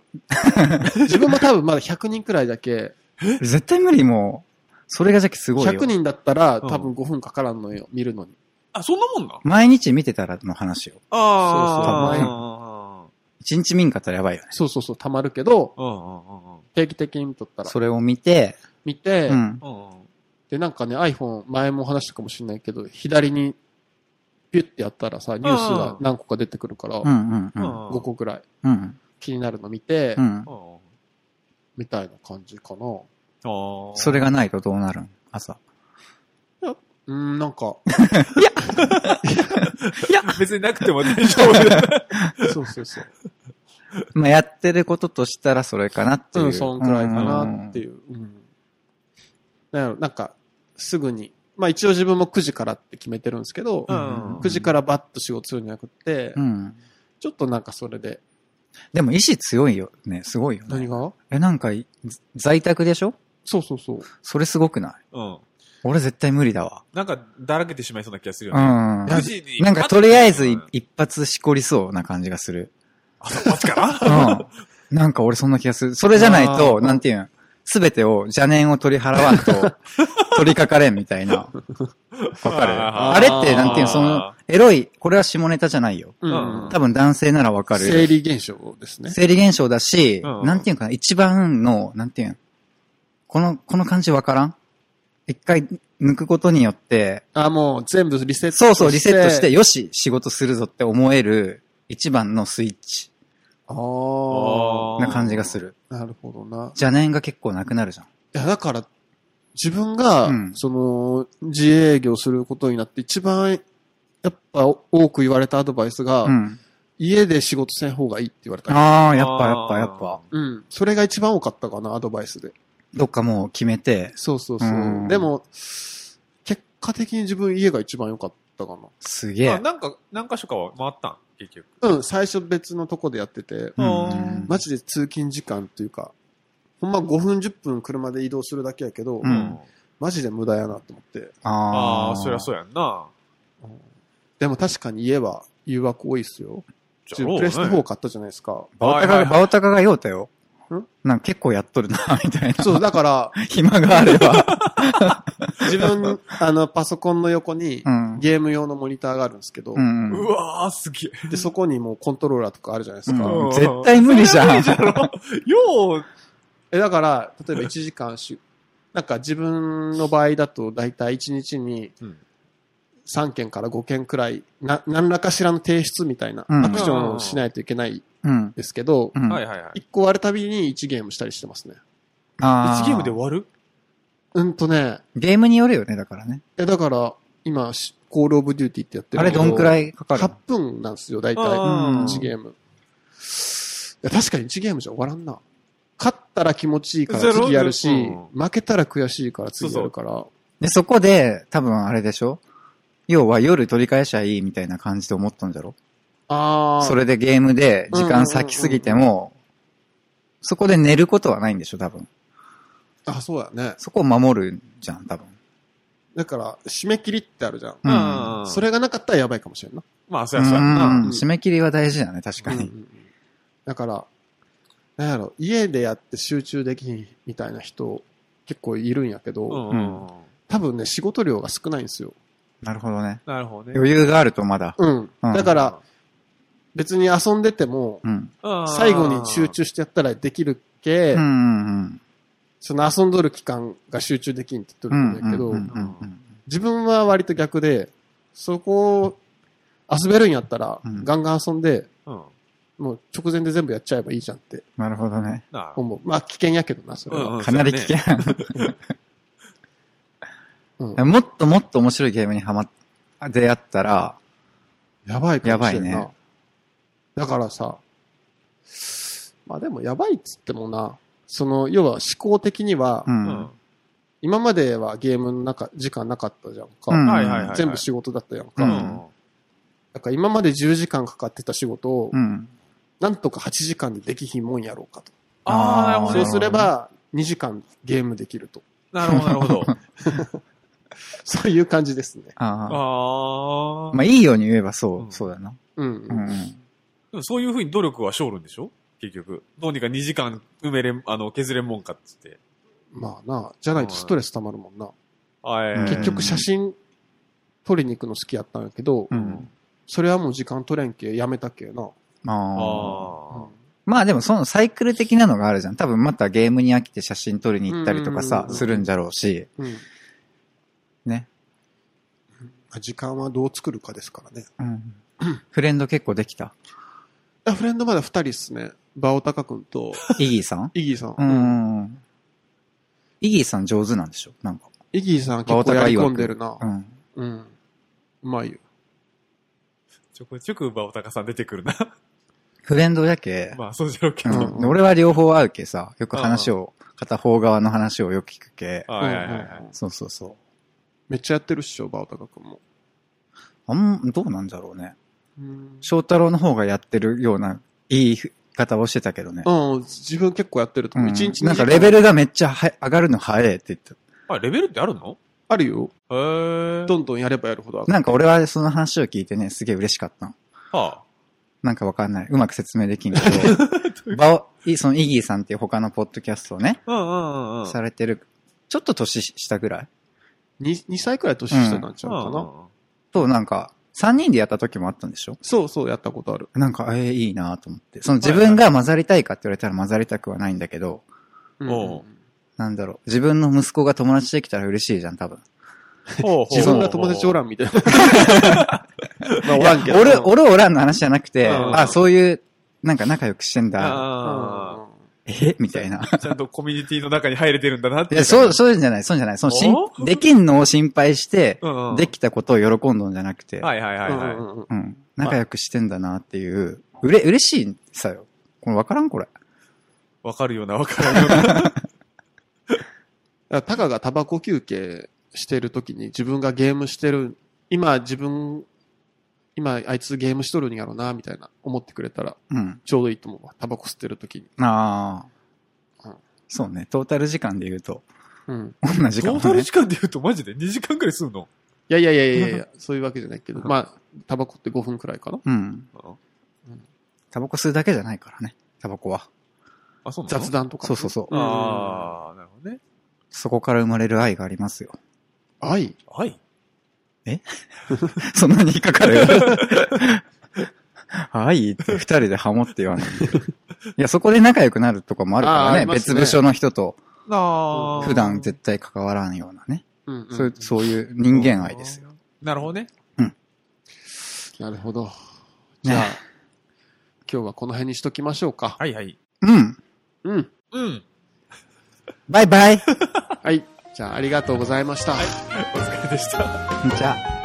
Speaker 4: 自分も多分まだ100人くらいだけ、
Speaker 2: い。絶対無理もう。それがじゃきすごいよ。
Speaker 4: 100人だったら
Speaker 3: うん
Speaker 4: 多分5分かからんのよ、見るのに。
Speaker 3: あ、そんなもんな
Speaker 2: 毎日見てたらの話よ。
Speaker 3: あ
Speaker 2: そうそう
Speaker 3: あ。
Speaker 2: 一日見んかったらやばいよね。
Speaker 4: そうそうそう、溜まるけど、
Speaker 3: うんうんうんうん
Speaker 4: 定期的に見とったら。
Speaker 2: それを見て、
Speaker 4: 見て、
Speaker 2: うん。
Speaker 3: うんうん。
Speaker 4: で、なんかね、iPhone、前も話したかもしれないけど、左にピュッてやったらさ、ニュースが何個か出てくるから、
Speaker 2: う
Speaker 4: 5
Speaker 2: んうんうん。
Speaker 3: うん
Speaker 4: 個くらい
Speaker 2: うん。
Speaker 4: 気になるの見て
Speaker 2: う、ん
Speaker 3: う。ん
Speaker 4: みたいな感じかな。
Speaker 3: あー
Speaker 2: それがないとどうなるん朝。
Speaker 4: うん、な
Speaker 2: (laughs)
Speaker 4: んか、
Speaker 3: いや、別になくても大丈夫だ。
Speaker 4: そうそうそう。
Speaker 2: まあ、やってることとしたらそれかなっていう。
Speaker 4: うん、そんくらいかなって
Speaker 2: う
Speaker 4: いう。うん。なんやろなんか、すぐに。まあ一応自分も9時からって決めてるんですけど、
Speaker 3: うん
Speaker 4: 9時からバッと仕事するんじゃなくって、
Speaker 2: ん。うん。
Speaker 4: ちょっとなんかそれで、
Speaker 2: でも意志強いよね。すごいよ
Speaker 4: 何
Speaker 2: ね。
Speaker 4: が
Speaker 2: え、なんか、在宅でしょ
Speaker 4: そうそうそう。
Speaker 2: それすごくない
Speaker 3: うん。
Speaker 2: 俺絶対無理だわ。
Speaker 3: なんか、だらけてしまいそうな気がする
Speaker 2: う
Speaker 3: よね。
Speaker 2: ん。
Speaker 3: 9時に
Speaker 2: なんかとりあえずい
Speaker 3: うん
Speaker 2: 一発しこりそうな感じがす (laughs) る。
Speaker 3: 朝パスから
Speaker 2: うん。なんか俺そんな気がする。それじゃない
Speaker 4: あ
Speaker 2: と、
Speaker 4: ー
Speaker 2: なんていうん、すべてを邪念を取り払わんと、 (laughs) 取りかかれんみたいな。わかる
Speaker 3: あ
Speaker 2: あ
Speaker 4: ー
Speaker 2: れって、なんていうん、その、エロい、これは下ネタじゃないよ。
Speaker 4: うん
Speaker 2: 多分男性ならわかる。
Speaker 4: 生理現象ですね。
Speaker 2: 生理現象だし、
Speaker 3: うん
Speaker 2: なんていうんかな、一番の、なんていうん、この、この感じわからん一回抜くことによって、
Speaker 4: あ、もう全部リセットして。
Speaker 2: そうそう、リセットして、。よし、仕事するぞって思える、一番のスイッチ
Speaker 4: あ
Speaker 3: あ
Speaker 4: あ。
Speaker 3: ー
Speaker 2: な感じがする。
Speaker 4: なるほどな。
Speaker 2: 邪念が結構なくなるじゃん。
Speaker 4: いや、だから、自分が、
Speaker 2: うん
Speaker 4: その、自営業することになって、一番、やっぱ多く言われたアドバイスが、
Speaker 2: うん。
Speaker 4: 家で仕事せん方がいいって言われた。
Speaker 2: ああ、やっぱやっぱやっぱ。
Speaker 4: うん。それが一番多かったかな、アドバイスで。
Speaker 2: どっかもう決めて、
Speaker 4: そうそうそう。
Speaker 2: うん
Speaker 4: でも、結果的に自分家が一番良かったか
Speaker 2: すげ
Speaker 3: あ
Speaker 2: え。
Speaker 3: なんか、何箇所かは回ったん結局。
Speaker 4: な。うん、最初別のとこでやってて、
Speaker 2: うん
Speaker 3: うん
Speaker 4: マジで通勤時間っていうか、ほんま5分10分車で移動するだけやけど、
Speaker 2: うん
Speaker 4: マジで無駄やなと思って。
Speaker 2: あ
Speaker 3: あ
Speaker 2: あ
Speaker 3: あ、そりゃそうやんな。
Speaker 4: うんでも確かに家は誘惑多いっすよ。
Speaker 3: じゃ
Speaker 4: 自
Speaker 3: あ
Speaker 4: 分プレステ4買ったじゃないですか。
Speaker 2: バオタ
Speaker 3: は
Speaker 2: カ
Speaker 3: い
Speaker 2: が、
Speaker 3: はい
Speaker 2: バオタカが用だよ
Speaker 4: ん。
Speaker 2: なんか結構やっとるな、みたいな。
Speaker 4: そう、だから、
Speaker 2: 暇があれば。
Speaker 4: 自 (laughs) 分、あの、パソコンの横に
Speaker 2: う、
Speaker 3: (laughs)
Speaker 2: ん。
Speaker 4: ゲーム用のモニターがあるんですけど
Speaker 2: う、ん
Speaker 3: うわー、すげえ。
Speaker 4: で、そこにもうコントローラーとかあるじゃないです
Speaker 2: う
Speaker 4: か。
Speaker 2: ん。絶対無理じ
Speaker 3: (laughs)
Speaker 2: ゃん。
Speaker 3: よう、
Speaker 4: え、だから、例えば1時間
Speaker 2: (laughs)
Speaker 4: し、なんか自分の場合だと、だいたい1日に
Speaker 3: うん、
Speaker 4: 3件から5件くらい、な、何らかしらの提出みたいな、
Speaker 2: うん
Speaker 4: アクションをしないといけない
Speaker 2: うん。
Speaker 4: ですけど
Speaker 2: う、ん。
Speaker 3: はいはいはい。
Speaker 4: 1個あるたびに1ゲームしたりしてますね。
Speaker 2: あ
Speaker 3: 1ゲームで終わる
Speaker 4: うんとね、
Speaker 2: ゲームによるよね、だからね。
Speaker 4: え、だから、今、しコールオブデューティーってやってる
Speaker 2: あれどんくら
Speaker 4: い
Speaker 2: いかかる
Speaker 4: ?8 分なんですよ、大体。
Speaker 2: うん
Speaker 4: 1ゲーム。いや、確かに1ゲームじゃ終わらんな。勝ったら気持ちいいから次やるし、
Speaker 3: ゼロ
Speaker 4: 負けたら悔しいから次やるから。
Speaker 2: で、そこで、多分あれでしょ要は夜取り返しゃいいみたいな感じで思ったんだろ
Speaker 4: ああ。
Speaker 2: それでゲームで時間先すぎても、そこで寝ることはないんでしょ、多分。
Speaker 4: あ、そうやね。
Speaker 2: そこを守るじゃん、多分。
Speaker 4: だから、締め切りってあるじゃん。
Speaker 2: うん
Speaker 3: うん。
Speaker 4: それがなかったらやばいかもしれんな。
Speaker 3: まあ、そうりゃそうやん
Speaker 2: ん
Speaker 3: な。
Speaker 2: 締め切りは大事だね、確か
Speaker 4: う
Speaker 2: に
Speaker 4: ん。うんうんだから、なんやろ、家でやって集中できひんみたいな人、結構いるんやけど、
Speaker 3: うん
Speaker 2: ん
Speaker 3: うん。
Speaker 4: 多分ね、仕事量が少ないんですよ。
Speaker 2: なるほどね。
Speaker 3: なるほどね。
Speaker 2: 余裕があるとまだ。
Speaker 4: うん。
Speaker 2: うん
Speaker 4: だから、別に遊んでても、
Speaker 2: うん。
Speaker 3: うん、
Speaker 4: 最後に集中してやったらできるけ、
Speaker 2: うんうん
Speaker 4: その遊んどる期間が集中できんって言っ
Speaker 2: う
Speaker 4: てる
Speaker 2: ん。
Speaker 4: んだけ
Speaker 2: う
Speaker 4: ど、
Speaker 2: んうんうんうん
Speaker 4: 自分は割と逆で、そこを遊べるんやったら、
Speaker 2: うん
Speaker 4: ガンガン遊んで、
Speaker 3: うん。
Speaker 4: もう直前で全部やっちゃえばいいじゃんって
Speaker 2: なるほどね。
Speaker 3: なる
Speaker 4: 思う。まあ危険やけどな、それは。
Speaker 3: うん
Speaker 2: かなり危険。
Speaker 4: う
Speaker 2: (laughs)
Speaker 4: ん
Speaker 2: もっともっと面白いゲームにはまっ、出会ったら、
Speaker 4: やばいかもしれんな。
Speaker 2: やばいね
Speaker 4: だからさ、まあでもやばいっつってもな、その、要は思考的には、
Speaker 2: う。
Speaker 3: うんん。
Speaker 4: 今まではゲームの中、時間なかったじゃんか。
Speaker 2: うん
Speaker 3: はいはいはい。
Speaker 4: 全部仕事だったやんか。
Speaker 3: う
Speaker 2: うんん。
Speaker 4: だから今まで10時間かかってた仕事を
Speaker 2: う、ん。
Speaker 4: なんとか8時間でできひんもんやろうかと。
Speaker 3: ああ、なるほど。
Speaker 4: そうすれば、2時間ゲームできると。
Speaker 3: なるほど、なるほど。
Speaker 4: そういう感じですね。
Speaker 2: あ
Speaker 3: あ
Speaker 2: あ。
Speaker 3: あ。
Speaker 2: まあ、いいように言えばそう、
Speaker 3: うん
Speaker 2: そうだな。
Speaker 4: うん。
Speaker 2: うんうん。
Speaker 3: でもそういうふうに努力は勝るんでしょ結局。どうにか2時間埋めれん、あの、削れんもんかっつって。
Speaker 4: まあな、じゃないとストレス溜まるもんな。
Speaker 3: はい、
Speaker 2: うん
Speaker 4: 結局写真撮りに行くの好きやったんやけど、
Speaker 2: うん。
Speaker 4: それはもう時間取れんけ、やめたけな。
Speaker 2: ああ。
Speaker 3: あ
Speaker 2: まあでもそのサイクル的なのがあるじゃん。多分またゲームに飽きて写真撮りに行ったりとかさ
Speaker 4: う、ん
Speaker 2: するんじゃろうし。
Speaker 4: うん。
Speaker 2: ね。
Speaker 4: 時間はどう作るかですからね。
Speaker 2: うん。 (clears throat) フレンド結構できた。
Speaker 4: あフレンドまだ二人っすね。バオタカ君と
Speaker 2: イギーさん
Speaker 4: イギーさん。
Speaker 2: うん。イギーさん上手なんでしょなんか。
Speaker 4: イギーさん結構やり込んでるな
Speaker 2: う。ん。
Speaker 4: うん。うまいよ。
Speaker 3: ちょこちょく馬尾高さん出てくるな。
Speaker 2: フレンドやけ、
Speaker 3: (laughs) まあ、そうじゃろうけ
Speaker 2: う
Speaker 3: ど。
Speaker 2: ん、俺は両方会うけさ、よく話を、片方側の話をよく聞くけ。
Speaker 3: はいはいはい
Speaker 4: うんうんうん
Speaker 2: そうそうそう。
Speaker 4: めっちゃやってるっしょ、バオタカ君も。
Speaker 2: あん、どうなんだろうね。
Speaker 4: うん。
Speaker 2: 翔太郎の方がやってるような言い方をしてたけどね。
Speaker 4: うん、自分結構やってると
Speaker 2: うん
Speaker 4: 思う。一、日
Speaker 2: なんか
Speaker 4: 二時間
Speaker 2: レベルがめっちゃは上がるの早いって言ってた。
Speaker 3: あ、レベルってあるの
Speaker 4: あるよ。
Speaker 3: へえ。
Speaker 4: どんどんやればやるほど上がる
Speaker 2: なんか俺はその話を聞いてね、すげえ嬉しかったの。
Speaker 3: は
Speaker 2: なんかわかんない。うまく説明できんけど。バオ、いそのイギーさんっていう他のポッドキャストをね、
Speaker 3: あ。うんうんうんうん。
Speaker 2: されてる、ちょっと年下ぐらい
Speaker 4: に2歳くらい年下になっちゃうかな、
Speaker 3: うんうんうん
Speaker 2: となんか、3人でやった時もあったんでしょ
Speaker 4: そうそう、やったことある。
Speaker 2: なんか、ええいいなと思って。その自分が混ざりたいかって言われたら混ざりたくはないんだけど、
Speaker 4: うん
Speaker 3: おう
Speaker 2: なんだろう。自分の息子が友達できたら嬉しいじゃん、多分。
Speaker 3: ほうほう
Speaker 4: 自分が友達おらんみたいな。 (laughs) まあ、おらんけど。
Speaker 2: 俺、俺おらんの話じゃなくて、
Speaker 3: うん
Speaker 2: あ、そういう、なんか仲良くしてんだ、
Speaker 4: うん
Speaker 3: あ
Speaker 2: えみたいな。
Speaker 3: あ。ちゃんとコミュニティの中に入れてるんだなっ
Speaker 2: い
Speaker 3: て。
Speaker 2: や、そう、そういうんじゃない、そういうんじゃない。そのしん
Speaker 3: お
Speaker 2: できんのを心配して、
Speaker 3: うんうん
Speaker 2: できたことを喜んどんじゃなくて、
Speaker 3: はいはいはいはい。
Speaker 4: うんうんうん
Speaker 2: うん。仲良くしてんだなっていう、うれ、嬉しいさよ。これわからんこれ。
Speaker 3: わかるようなわからんような。
Speaker 4: だからタカがタバコ休憩してるときに自分がゲームしてる、今自分、今あいつゲームしとるんやろな、みたいな思ってくれたら
Speaker 2: うん。
Speaker 4: ちょうどいいと思うわ。タバコ吸ってるときに。
Speaker 2: ああ、
Speaker 4: うん
Speaker 2: そうね。トータル時間で言うと、
Speaker 4: うん。
Speaker 2: 同じか
Speaker 3: ト
Speaker 2: も
Speaker 3: ータル
Speaker 2: ね
Speaker 3: 時。間で言うとマジで2時間くらいすんの
Speaker 4: いやいやいやいやいや、そういうわけじゃないけど、まあ、タバコって5分くらいかな。
Speaker 2: うん。
Speaker 4: うん
Speaker 2: タバコ吸うだけじゃないからね。タバコは。
Speaker 3: あ、そうなの
Speaker 4: 雑談とか。
Speaker 2: そうそうそう。
Speaker 4: ん
Speaker 3: ああ、なるほどね。
Speaker 2: そこから生まれる愛がありますよ。 (laughs)
Speaker 4: 愛
Speaker 3: はい。
Speaker 2: そんなに引っかかる
Speaker 3: (laughs)
Speaker 2: 愛って二人でハモって言わない。いや、そこで仲良くなるとかもあるから
Speaker 4: あーあ
Speaker 2: ね。
Speaker 4: ります
Speaker 2: 別
Speaker 4: ね
Speaker 2: 部署の人と
Speaker 3: あー
Speaker 2: 普段絶対関わらんようなね。
Speaker 4: うんうん
Speaker 2: そういうそういう人間愛ですよ。
Speaker 3: なるほどね。
Speaker 4: なるほど。じ
Speaker 2: ね (laughs)
Speaker 4: ゃあ、今日はこの辺にしときましょうか。
Speaker 3: はいはい。
Speaker 2: うん。
Speaker 4: うん。
Speaker 3: うん。
Speaker 2: バイバイ。 (laughs)
Speaker 4: はい。じゃあ、ありがとうございました。
Speaker 3: お疲れでした。
Speaker 2: じゃあ。